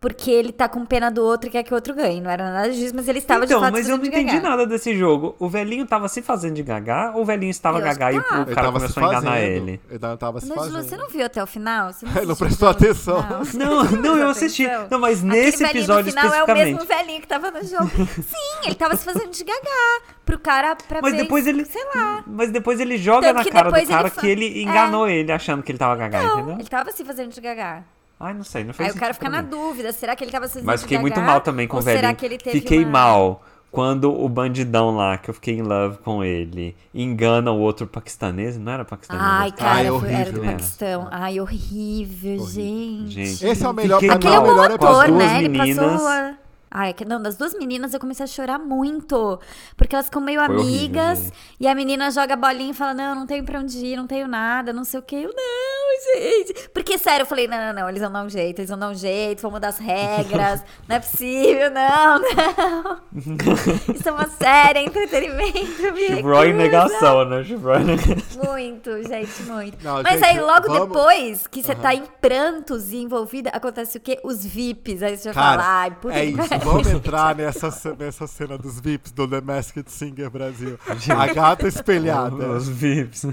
C: porque ele tá com pena do outro e quer que o outro ganhe. Não era nada disso, mas ele estava
B: então,
C: de fato
B: mas
C: se
B: eu
C: fazendo
B: não
C: de
B: entendi
C: gagá.
B: nada desse jogo. O velhinho tava se fazendo de gagá ou o velhinho estava
C: Eu acho
B: gagá
C: que
B: e o
C: tava.
A: Ele
B: cara
A: tava se
B: começou a enganar
A: fazendo.
B: ele?
A: Ele tava, tava se
C: Noite de Lua,
A: fazendo.
B: um
C: você não viu até o final?
B: [LAUGHS]
C: Você não,
A: Ele não
C: assistiu
A: prestou
C: até o-
A: atenção.
B: Não, não, eu assisti. Não, mas nesse
C: Aquele velhinho
B: episódio
C: no final é o mesmo
B: especificamente.
C: velhinho que tava no jogo.
B: [LAUGHS]
C: Sim, ele tava se fazendo de gagá pro cara pra
B: Mas
C: ver-
B: depois ele.
C: Sei lá.
B: Mas depois ele joga
C: Tanto
B: na
C: que
B: cara do
C: depois ele
B: cara
C: fa- é.
B: que ele enganou ele achando que ele tava gagá,
C: Não,
B: entendeu?
C: ele tava se fazendo de gagá.
B: Ai, não sei, não fez
C: Aí o cara fica na dúvida, será que ele tava se fazendo
B: Mas
C: de
B: fiquei muito
C: gagá?
B: mal também com o
C: Ou será
B: velhinho.
C: que ele teve
B: Fiquei
C: uma-
B: mal quando o bandidão lá, que eu fiquei em love com ele, engana o outro paquistanês. Não era paquistanês?
C: Ai,
B: né?
C: cara,
A: Ai,
C: foi- era do
A: horrível.
C: Paquistão. Ai, horrível, gente.
B: Gente.
A: Esse é o melhor,
B: Fiquei
A: pra mim,
C: Aquele
A: é
C: é
A: o
C: um
A: melhor
C: bom ator,
A: episódio.
C: né? Ele
B: meninas.
C: passou. A... Ai, que- não, das duas meninas eu comecei a chorar muito. Porque elas ficam meio
B: Foi horrível,
C: amigas.
B: gente.
C: e a menina joga a bolinha e fala: Não, não tenho pra onde ir, não tenho nada, não sei o quê. Eu, não, gente. Porque, sério, eu falei: Não, não, não, eles vão dar um jeito, eles vão dar um jeito, vão mudar
B: [LAUGHS]
C: as regras. não é possível, não, não. [LAUGHS] Isso é uma série,
B: [LAUGHS]
C: é entretenimento. me
B: Chivroy
C: recusa.
B: negação, né? Chivroy negação.
C: Muito, gente, muito.
A: Não,
C: Mas
A: gente,
C: aí, logo
A: vamos-
C: depois que você tá em prantos e envolvida, acontece o quê? Os VIPs. Aí você já fala, ai,
A: Cara,
C: puta
A: é
C: que
A: isso.
C: pariu.
A: Vamos entrar nessa, ce- nessa cena dos VIPs do The Masked Singer Brasil. A gata espelhada.
B: Os [LAUGHS] VIPs.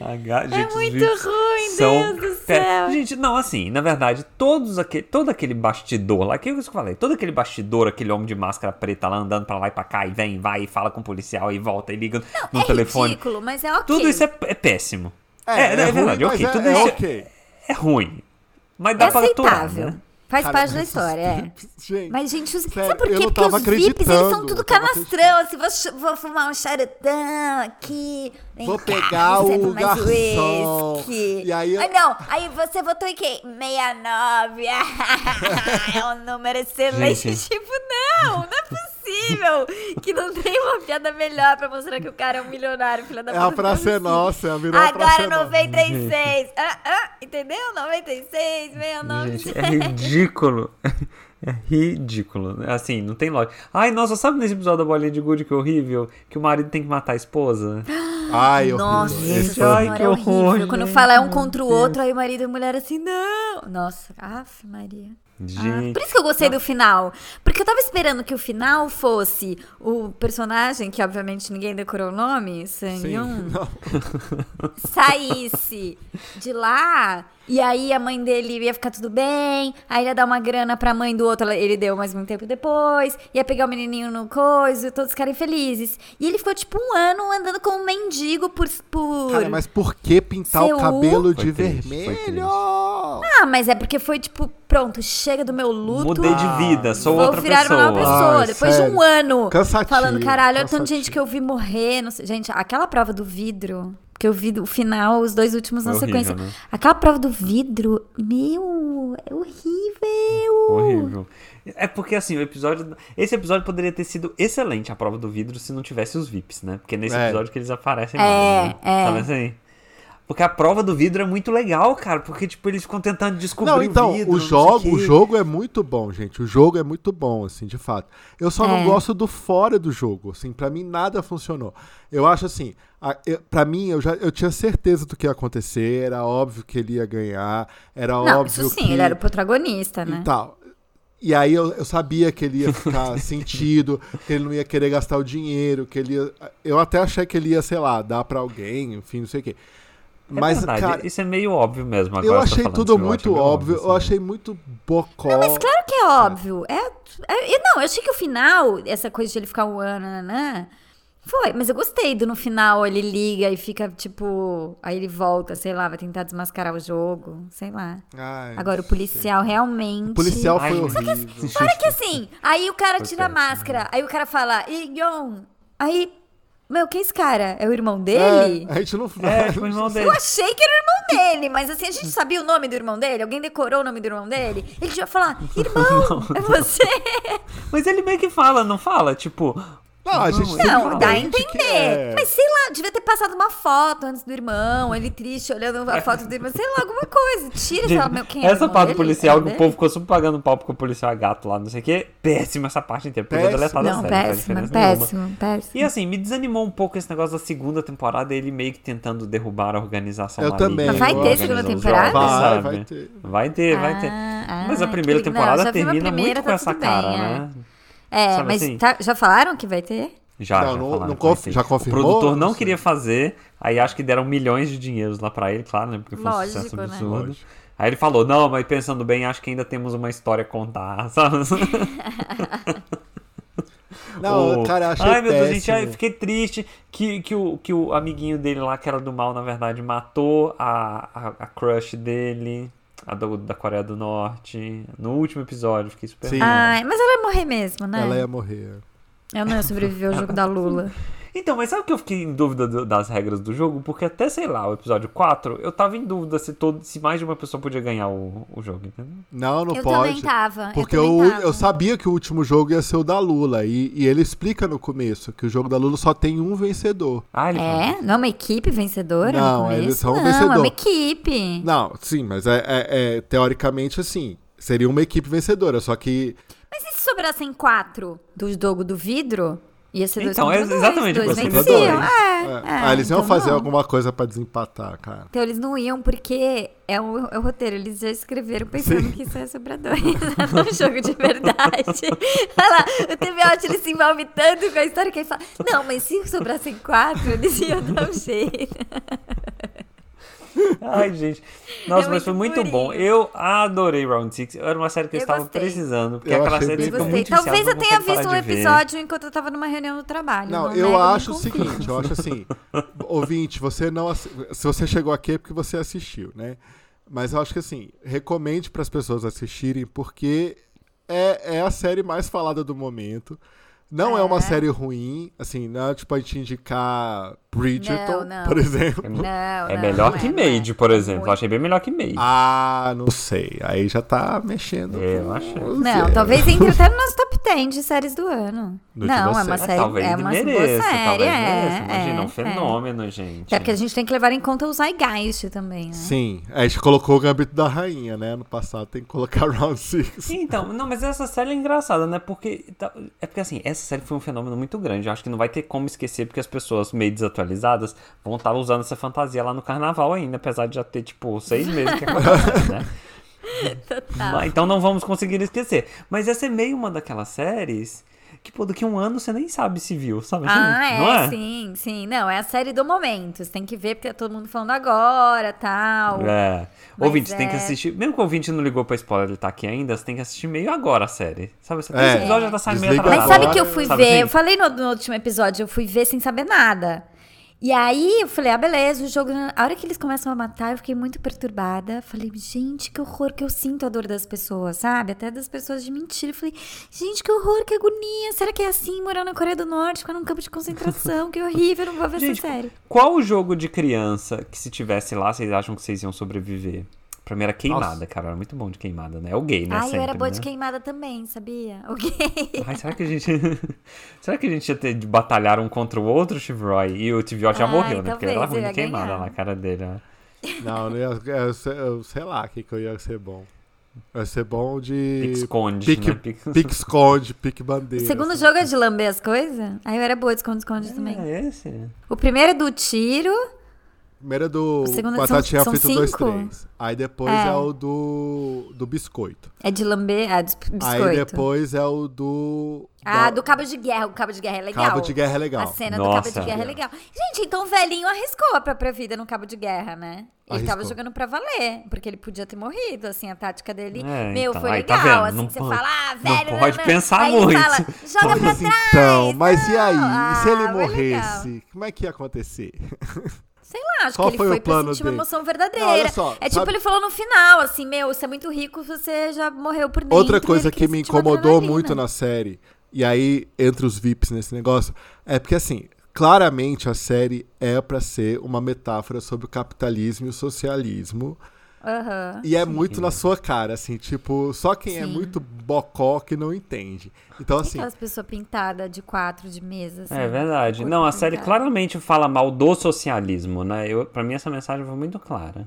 B: A ga- gente,
C: É
B: os
C: muito
B: VIPs
C: ruim,
B: são...
C: Deus do
B: Pera,
C: céu.
B: Gente, não, assim, na verdade, todos aquele, todo aquele bastidor lá, que é isso que eu falei, todo aquele bastidor, aquele homem de máscara preta lá andando pra lá e pra cá, e vem, vai, e fala com o policial, e volta, e liga no
C: é
B: telefone.
C: ridículo, mas é ok.
B: Tudo isso é, é péssimo. É, é,
A: ruim,
B: verdade,
A: mas
B: ok.
A: é-
B: tudo
A: é
B: isso
A: ok.
B: é ruim. Mas
C: É
B: dá pra aturar,
C: aceitável.
B: né?
C: Faz
A: Cara,
C: parte da
A: mas os
C: história,
B: [LAUGHS]
C: é.
A: Gente,
C: Mas, gente, os...
A: Sério,
C: sabe por
A: eu
C: quê?
A: não
C: Porque
A: tava
C: os VIPs, eles são
A: acreditando,
C: tudo
A: eu tava
C: canastrão. Assim, vou, ch- vou fumar um charutão aqui. vem
A: Vou
C: cá,
A: pegar
C: você
A: o
C: toma mais
A: garçom.
C: uísque.
A: E aí-
C: Ai, não. Aí você votou em quem? 69. [LAUGHS] é um número excelente.
B: Gente.
C: Tipo, não. Não é possível que não tem uma piada melhor pra mostrar que o cara é um milionário, filha da
A: é a
C: puta, não é
A: Praça é
C: possível.
A: Nossa, virou a Praça é
C: Agora
A: Nossa.
C: 96. Ah, ah, entendeu? 96, 69.
B: Gente, é ridículo. É ridículo. Assim, não tem lógica. Ai, nossa, sabe nesse episódio da bolinha de gude que é horrível? Que o marido tem que matar a esposa?
C: Ah,
A: Ai, eu
C: Nossa,
A: Esse
B: foi
A: foi...
B: Ai,
C: senhora,
B: que
C: é horrível.
B: horror,
C: Quando
B: gente.
C: fala é um contra o outro, aí o marido e a mulher assim, não. Nossa, af, Maria. Ah,
B: Gente.
C: por isso que eu gostei do final. Porque eu tava esperando que o final fosse o personagem, que obviamente ninguém decorou o nome,
A: Sim.
C: Sangyun,
A: Não.
C: saísse de lá. E aí a mãe dele ia ficar tudo bem. Aí ele ia dar uma grana pra mãe do outro, ela- ele deu mais um tempo depois. Ia pegar o menininho no coiso, todos ficarem felizes. E ele ficou tipo um ano andando como um mendigo por. por...
A: Cara, mas por que pintar
C: Seu-
A: o cabelo de
B: Foi triste, foi
A: vermelho?
C: Ah, mas é porque foi tipo, pronto, chega do meu luto.
B: Mudei de vida, sou
C: Vou
B: outra
C: virar
B: pessoa.
C: uma nova pessoa.
A: Ah. Ai,
C: Depois de um
A: sério.
C: ano
A: Cansativo,
C: falando, caralho, olha o tanto de
A: cansativo.
C: gente que eu vi morrer. não sei- Gente, aquela prova do vidro, que eu vi do- o final, os dois últimos na
B: É horrível,
C: sequência.
B: né?
C: Aquela prova do vidro, meu, é
A: Uh.
C: horrível.
B: Horrível. É porque assim, o episódio. Esse episódio poderia ter sido excelente a prova do vidro se não tivesse os VIPs, né? Porque nesse
A: É.
B: episódio que eles aparecem
C: É,
B: mais, né?
C: é.
B: Tá vendo assim? Porque a prova do vidro é muito legal, cara. Porque, tipo, eles ficam tentando descobrir
A: Não, então,
B: o vidro.
A: o
B: não sei
A: jogo,
B: quê.
A: o jogo é muito bom, gente. O jogo é muito bom, assim, de fato. Eu só
C: É.
A: não gosto do fora do jogo, assim, para mim nada funcionou. Eu acho assim, a, eu- pra mim eu já eu tinha certeza do que ia acontecer, era óbvio que ele ia ganhar, era
C: Não,
A: óbvio
C: isso sim,
A: que
C: ele era o protagonista,
A: e
C: né?
A: tal. E aí eu, eu sabia que ele ia ficar sentido, que ele não ia querer gastar o dinheiro, que ele ia, eu até achei que ele ia, sei lá, dar pra alguém, enfim, não sei o quê.
B: É
A: Mas
B: verdade,
A: cara,
B: isso é meio óbvio mesmo. Agora
A: eu
B: você tá
A: achei
B: falando
A: tudo
B: isso, eu acho
A: muito
B: meio
A: óbvio, eu
B: assim.
A: achei muito bocó.
C: Mas claro que é óbvio. É, é- eu- não, eu achei que o final, essa coisa de ele ficar um ano, nananã, foi. Mas eu gostei do no final ele liga e fica tipo. Aí ele volta, sei lá, vai tentar desmascarar o jogo, sei lá.
A: Ai,
C: Agora o
A: não
C: policial
A: sei.
C: realmente.
A: É, O policial
B: Ai,
A: foi
B: só que
A: horrível.
C: Para que assim, aí o cara
B: Foi
C: tira a
B: péssimo.
A: né?
C: máscara, aí o cara fala, e Yon, aí. Meu, quem é esse cara? É o irmão dele?
A: É, a gente não
B: É, tipo, o
A: [LAUGHS]
B: irmão dele.
C: Eu achei que era o irmão dele, mas assim, a gente sabia o nome do irmão dele? Alguém decorou o nome do irmão dele?
A: [LAUGHS]
C: Ele já ia falar, irmão, é você?
B: Mas ele meio que fala, não fala? Tipo,
A: Não, a gente
B: Não,
A: sempre
B: fala,
C: Não, dá a
A: entende que
C: entender.
A: é.
C: Mas sei lá, devia ter passado uma foto antes do irmão, ele triste olhando a foto do irmão, sei lá, alguma coisa. Tira e fala, meu, quem é o
B: Essa
C: irmão
B: parte
C: dele?
B: do policial que
C: Cadê?
B: o povo ficou super pagando pau porque o policial é gato lá, não sei o que. Péssima essa parte inteira. Podia
A: Péssima.
B: deletar da
C: Não,
B: série, não faz
C: péssimo,
B: tá diferença nenhuma.
C: péssimo, péssimo.
B: E assim, me desanimou um pouco esse negócio da segunda temporada, ele meio que tentando derrubar a organização
A: Eu
B: maligna
A: também,
B: que
A: Mas vai ter
B: organiza
A: segunda
B: os jogos,
C: temporada?
A: Vai,
B: sabe?
A: vai ter.
B: Vai ter, assim, vai ter.
C: Ah,
B: Mas a
C: ah,
B: primeira
C: que legal.
B: temporada
C: Já vi uma
B: termina
C: primeira,
B: muito com
C: tá
B: essa
C: tudo
B: cara,
C: bem, é.
B: né?
C: É,
B: Sabe
C: mas
B: assim?
C: tá- já falaram que vai ter?
B: Já,
A: Não,
B: já,
A: não- não
B: falaram que vai
A: conf-
B: ter.
A: já
B: O
A: confirmou?
B: produtor
A: Não
B: não
A: sei.
B: queria fazer, aí acho que deram milhões de dinheiros lá pra ele, claro, né? Porque foi um
C: Lógico,
B: sucesso
C: né?
B: absurdo.
A: Lógico.
B: Aí ele falou, não, mas pensando bem, acho que ainda temos uma história a contar, [LAUGHS] sabe?
A: Não,
B: O-
A: cara, eu achei
B: Ai, meu Deus,
A: péssimo.
B: gente, ai, fiquei triste que, que, o, que o amiguinho dele lá, que era do mal, na verdade, matou a, a, a crush dele, a do- da Coreia do Norte. No último episódio, fiquei super
A: Sim.
B: mal.
C: Ai, mas ela ia morrer mesmo, né?
A: Ela é- ia morrer.
C: Eu não ia sobreviver ao jogo da Lula.
B: Então, mas sabe que eu fiquei em dúvida do- das regras do jogo? Porque até, sei lá, o episódio 4, eu tava em dúvida se, todo, se mais de uma pessoa podia ganhar o, o jogo, entendeu?
A: Não, não
C: eu
A: pode.
C: também tava.
A: Porque
C: eu,
A: eu,
C: Ah, é também tava.
A: eu sabia que o último jogo ia ser o da Lula. E, e ele explica no começo que o jogo da Lula só tem um vencedor.
B: Ah, ele fala.
C: É? Não é uma equipe vencedora? no
A: Não,
C: começo?
A: eles são
C: não, é
A: vencedor.
C: uma equipe.
A: Não, sim, mas é, é- é- teoricamente assim. Seria uma equipe vencedora, só que.
C: Mas e se sobrassem quatro do jogo do vidro? Ia ser dois
B: Então,
C: contra
B: é
C: dois,
B: exatamente,
C: dois
B: dois
A: contra
C: venciam.
A: dois.
C: É,
A: é,
C: é,
A: ah, eles iam
C: então
A: fazer
C: não.
A: alguma coisa pra desempatar, cara.
C: Então eles não iam porque é o, é o roteiro. Eles já escreveram pensando que isso é sobrar dois. [LAUGHS] Não é um jogo de verdade. [LAUGHS] Olha lá, o TV Out ele se envolve tanto com a história que ele fala: Não, mas se sobrassem quatro, eles iam dar um jeito.
B: Ai, gente. Nossa,
C: É
B: mas foi
C: muito
B: muito bom.
C: purinho.
B: Eu adorei Round Six. Era uma série que eu,
C: Eu
B: estava
C: gostei.
B: precisando, porque
A: Eu
B: aquela
A: achei
B: série
A: bem
B: fica
A: bom.
C: Gostei.
B: muito
C: Talvez
B: viciada,
C: eu
B: não
C: tenha
B: consegue parar
C: visto um
B: de ver.
C: episódio enquanto eu tava numa reunião do trabalho. é,
A: Não,
C: nego,
A: eu acho o
C: né? confio.
A: seguinte, eu acho assim,
C: [LAUGHS]
A: ouvinte, você não assi- se você chegou aqui é porque você assistiu, né? Mas eu acho que assim, recomende para as pessoas assistirem porque é, é a série mais falada do momento. Não é. uma série ruim, assim, não é tipo a gente indicar Bridgerton,
C: Não, não.
A: por exemplo.
C: Não,
B: É
C: não,
B: melhor
C: não
B: que
C: é, não
B: Made,
C: é.
B: por exemplo. Eu
C: Muito.
B: achei bem melhor que Made.
A: Ah, não sei. Aí já tá mexendo.
B: É,
A: com
B: eu achei.
A: os
C: Não,
A: erros.
C: talvez
B: [LAUGHS]
C: né? entre até no nosso top 10 de séries do ano.
A: Do de
C: não, é uma
A: vocês.
C: série.
B: tipo talvez
C: é
B: ele
C: uma
B: mereça,
C: boa
B: talvez
C: série, é,
B: mereça. Imagina,
C: é,
B: um fenômeno, gente.
C: É. Até porque a gente tem que levar em conta o Zeitgeist também, né?
A: Sim, a gente colocou o Gambito da Rainha, né? No passado tem que colocar [LAUGHS] Round Six.
B: Então, não, mas essa série é engraçada, né? Porque. tá- É porque assim, essa série foi um fenômeno muito grande. Eu acho que não vai ter como esquecer, porque as pessoas meio desatualizadas vão estar usando essa fantasia lá no carnaval ainda, apesar de já ter, tipo, seis meses que acabou, né?
C: [LAUGHS] Total.
B: Mas, Então não vamos conseguir esquecer. Mas essa é meio uma daquelas séries que, pô, daqui a um ano você nem sabe se viu, sabe? assim? [LAUGHS]
C: Ah,
B: não
C: é, sim, sim. Não, é a série do momento. Você tem que ver porque tá todo mundo falando agora, tal.
B: É.
C: Mas
B: Ouvinte, tem
C: é-
B: que assistir. Mesmo que o ouvinte não ligou pra spoiler, ele tá aqui ainda, você tem que assistir meio agora a série. Sabe? Você,
A: É.
B: Esse episódio já tá saindo meio
A: Desliga
C: Mas
B: atrasado.
C: sabe
A: Agora,
C: que eu fui
B: sabe
C: ver?
B: assim?
C: Eu falei no, no último episódio, eu fui ver sem saber nada. E aí eu falei, ah, beleza, o jogo. A hora que eles começam a matar, eu fiquei muito perturbada. Falei, gente, que horror que eu sinto a dor das pessoas, sabe? Até das pessoas de mentira. Eu falei, gente, que horror, que agonia. Será que é assim morar na Coreia do Norte, ficar num campo de concentração? Que horrível, eu não vou ver
B: Gente,
C: essa série.
B: Qual o jogo de criança que se tivesse lá, vocês acham que vocês iam sobreviver? Pra mim era queimada,
A: Nossa.
B: cara. Eu Era muito bom de queimada, né? É o gay, né?
C: Ai, eu era
B: Sempre,
C: boa
B: né?
C: de queimada também, sabia? [LAUGHS] O gay.
B: Ai, será que a gente. [LAUGHS] será que a gente ia ter de batalhar um contra o outro, Chivroy? E o Tiviot já
C: Ai,
B: morreu, né? Porque ele era
C: talvez
B: ruim
C: eu
B: de
C: ia
B: queimada
C: ganhar.
B: lá, a cara dele. né? ó.
A: Não, eu, ia- eu se- eu sei lá o que, que eu ia ser bom. Eu ia ser bom de.
B: Pique esconde,
A: pique-
B: né? Pique-
A: Pique esconde, pique bandeira.
C: O segundo jogo é de lamber as coisas? Aí eu era boa de esconde-esconde também.
B: É esse?
C: O primeiro é do tiro.
A: Primeiro é do
C: O segundo-
A: Batatinha
C: são- são
A: Frita 2,
C: cinco?
A: 3. Aí depois é,
C: É.
A: o do, do biscoito.
C: É de lamber. Ah, dos biscoito.
A: Aí depois é o do.
C: Ah,
A: da-
C: do cabo de guerra. O cabo de guerra é legal.
A: Cabo de Guerra é
C: A
A: legal.
C: cena do
B: Nossa.
C: cabo de guerra é legal. Gente, então o velhinho arriscou a própria vida no cabo de guerra, né? Ele tava
A: Arriscou.
C: jogando pra valer, porque ele podia ter morrido, assim, a tática dele.
B: É,
C: Meu,
B: então,
C: foi
B: aí tá
C: legal,
B: vendo,
C: assim,
B: não
C: você
B: po-
C: fala, ah,
B: não
C: velho,
B: pode pensar
C: aí
B: muito.
C: Ele fala, joga pra
A: Mas
C: trás.
A: então, mas e aí?
C: não.
A: E se ele
C: Ah, foi
A: morresse? Como é que ia acontecer?
C: Sei lá, acho
A: Qual
C: que ele
A: foi
C: foi,
A: o
C: pra
A: plano
C: sentir uma
A: dele?
C: emoção
A: Não,
C: verdadeira.
A: olha só,
C: é tipo
A: sabe-
C: ele falou no final, assim, meu, você é muito rico, você já morreu por dentro.
A: Outra
C: e
A: coisa
C: ele
A: que
C: queria
A: me
C: sentir uma
A: incomodou
C: tipo adrenalina.
A: muito na série, e aí entre os VIPs nesse negócio, é porque assim, claramente a série é pra ser uma metáfora sobre o capitalismo e o socialismo.
C: Aham.
A: E é muito na sua cara, assim, tipo, só quem é
C: Sim.
A: muito bocó que não entende. Então, assim,
C: Aquelas pessoas pintadas de quatro de mesa. assim,
B: É
C: [LAUGHS]
B: verdade.
C: cor
B: Não, a série
C: pintada.
B: claramente fala mal do socialismo, né? Eu, pra mim essa mensagem foi muito clara.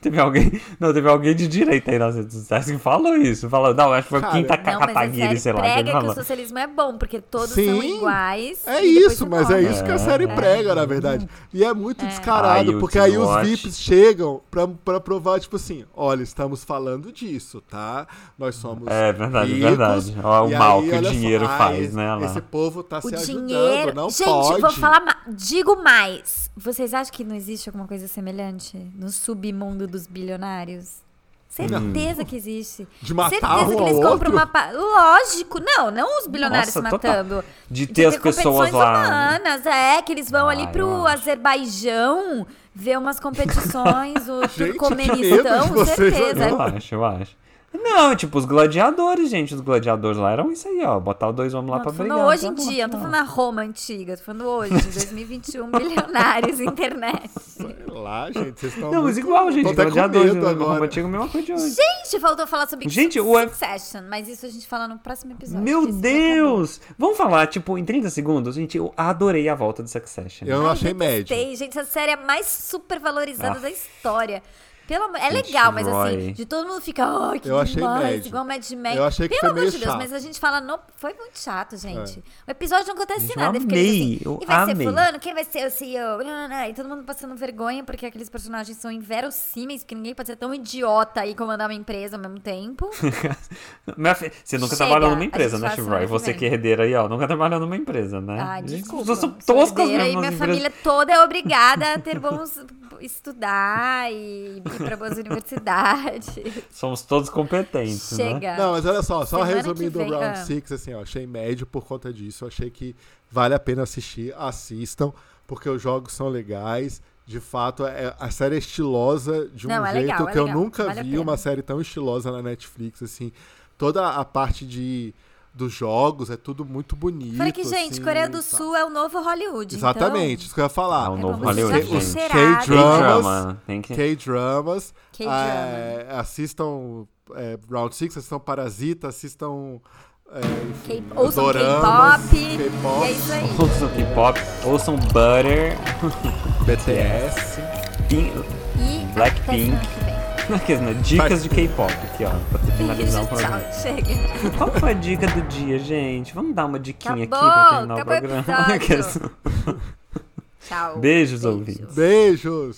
B: teve alguém. [LAUGHS] Não, teve alguém de direita aí nas redes sociais que falou isso. Falou, não, acho que foi
A: Cara,
B: quinta
C: Não, mas a
B: Kataguiri,
C: série
B: sei lá. que ele
C: prega que
B: falou.
C: o socialismo é bom, porque todos são
A: Sim.
C: iguais.
A: É
C: e depois
A: isso,
C: você
A: mas é
C: morre.
A: isso que a série prega, na verdade. E é muito descarado,
B: Aí o
A: porque aí os
B: Timóteo-
A: VIPs chegam pra, pra provar, tipo assim, olha, estamos falando disso, tá? Nós somos
B: É verdade,
A: ricos,
B: verdade. Ó, o
A: e
B: mal que o
A: olha só,
B: dinheiro
A: ah,
B: faz,
A: esse,
B: né, lá.
A: Esse povo tá
C: O
A: se
C: dinheiro.
A: ajudando, não
C: Gente,
A: pode.
C: vou falar. ma- Digo mais. Vocês acham que não existe alguma coisa semelhante no submundo dos bilionários? Certeza que existe.
A: De matar
C: Certeza
A: um
C: que eles
A: ao outro?
C: compram uma. pa- Lógico, não, não os bilionários
B: Nossa,
C: se
B: total.
C: matando.
B: De ter as pessoas
C: competições
B: lá.
C: humanas, é, que eles vão
B: Ah,
C: ali
B: eu
C: pro
B: acho.
C: Azerbaijão ver umas competições, o
A: [LAUGHS] Gente, que medo de
C: Turcomenistão,
A: vocês,
C: certeza. é
B: Eu acho, eu acho. Não, tipo, os gladiadores, gente. Os gladiadores lá eram isso aí, ó. Botar os dois homens lá
C: Não,
B: pra
C: tô falando
B: brigar.
C: hoje em
B: tá bom,
C: dia, não tô
B: tá
C: falando na Roma antiga, tô falando hoje,
B: [LAUGHS]
C: 2021, bilionários, um, internet.
A: Sei lá, gente, vocês estão.
B: Não, mas igual, gente.
A: Tô até com
B: Gladiadores
A: medo
B: no
A: agora.
B: Roma Antigo, mesma coisa de hoje.
C: Gente, faltou falar sobre
B: Gente, o-
C: Succession, mas isso a gente fala no próximo episódio.
B: Meu
C: que esse acabou.
B: Deus! Vamos falar, tipo, em 30 segundos? Gente, eu adorei a volta de Succession.
A: Eu não
C: Ai,
A: achei médio.
C: detestei, gente, essa série é a mais super valorizada
B: Ah.
C: da história. Pelo amor- é
B: Gente,
C: legal, mas
B: Roy.
C: assim, de todo mundo fica, ai, que
A: Eu achei
C: demais,
A: médio.
C: igual Mad Men.
A: Eu achei que
C: Pelo
A: foi
C: amor
A: meio
C: de Deus,
A: chato.
C: mas a gente fala, não, foi muito chato, gente. O episódio tá não acontece
B: Gente, eu
C: nada. fica ali
B: amei,
C: assim,
B: eu
C: e vai ser
B: amei.
C: fulano, quem vai ser o CEO? Não, não, não. E todo mundo passando vergonha, porque aqueles personagens são inverossímeis, porque ninguém pode ser tão idiota e comandar uma empresa ao mesmo tempo.
B: Minha é fi- Você nunca
C: Chega,
B: trabalhou numa
C: a
B: empresa,
C: gente
B: né,
C: fala
B: Chivroy?
C: semana que
B: Você
C: vem.
B: que é herdeira aí, ó. Nunca trabalhou numa empresa, né?
C: Ah,
B: Gente,
C: desculpa.
B: As pessoas são
C: sou
B: toscas
C: herdeira
B: mesmo. assim, nas
C: E minha
B: empresas.
C: família toda é
B: [LAUGHS]
C: obrigada a ter bons... estudar e ir pra
B: [LAUGHS]
C: boas universidades.
B: Somos todos competentes, né?
C: Chega.
A: Não, mas olha só, só
C: Semana que
A: resumindo
C: vem,
A: o Round
C: ah.
A: 6, assim, eu achei médio por conta disso. Eu achei que vale a pena assistir, assistam, porque os jogos são legais. De fato, é, a série é estilosa de um
C: Não, é
A: jeito
C: legal, é
A: que eu
C: legal,
A: nunca
C: vale a
A: vi
C: pena.
A: uma série tão estilosa na Netflix, assim. Toda a parte de, dos jogos é tudo muito bonito.
C: Falei que, gente,
A: assim,
C: Coreia do
A: tá.
C: Sul é o novo Hollywood.
A: Exatamente, isso que eu ia falar.
B: É o novo
A: Os-
B: Hollywood,
A: Os
C: gente.
A: K-dramas,
B: K-drama. Tem que...
A: K-dramas.
C: K-drama.
A: é, assistam é, Round 6, assistam Parasita, assistam. É, enfim,
C: Então, K- ouçam
A: doramas,
C: K-pop. E é isso aí.
B: Ouçam K-pop, ouçam Butter,
A: BTS.
B: Pink-
C: E
B: Blackpink.
C: até semana
B: [LAUGHS] Quer dizer, né, dicas de K-pop aqui, ó. Pra
C: que vem.
B: finalizar o programa.
C: Tchau, chega.
B: Qual foi a dica do dia, gente? Vamos dar uma diquinha aqui pra
C: Acabou,
B: terminar o [LAUGHS]
C: acabou o
B: programa.
C: episódio. Tchau.
B: Beijos,
C: Beijo.
B: ouvintes.
A: Beijos!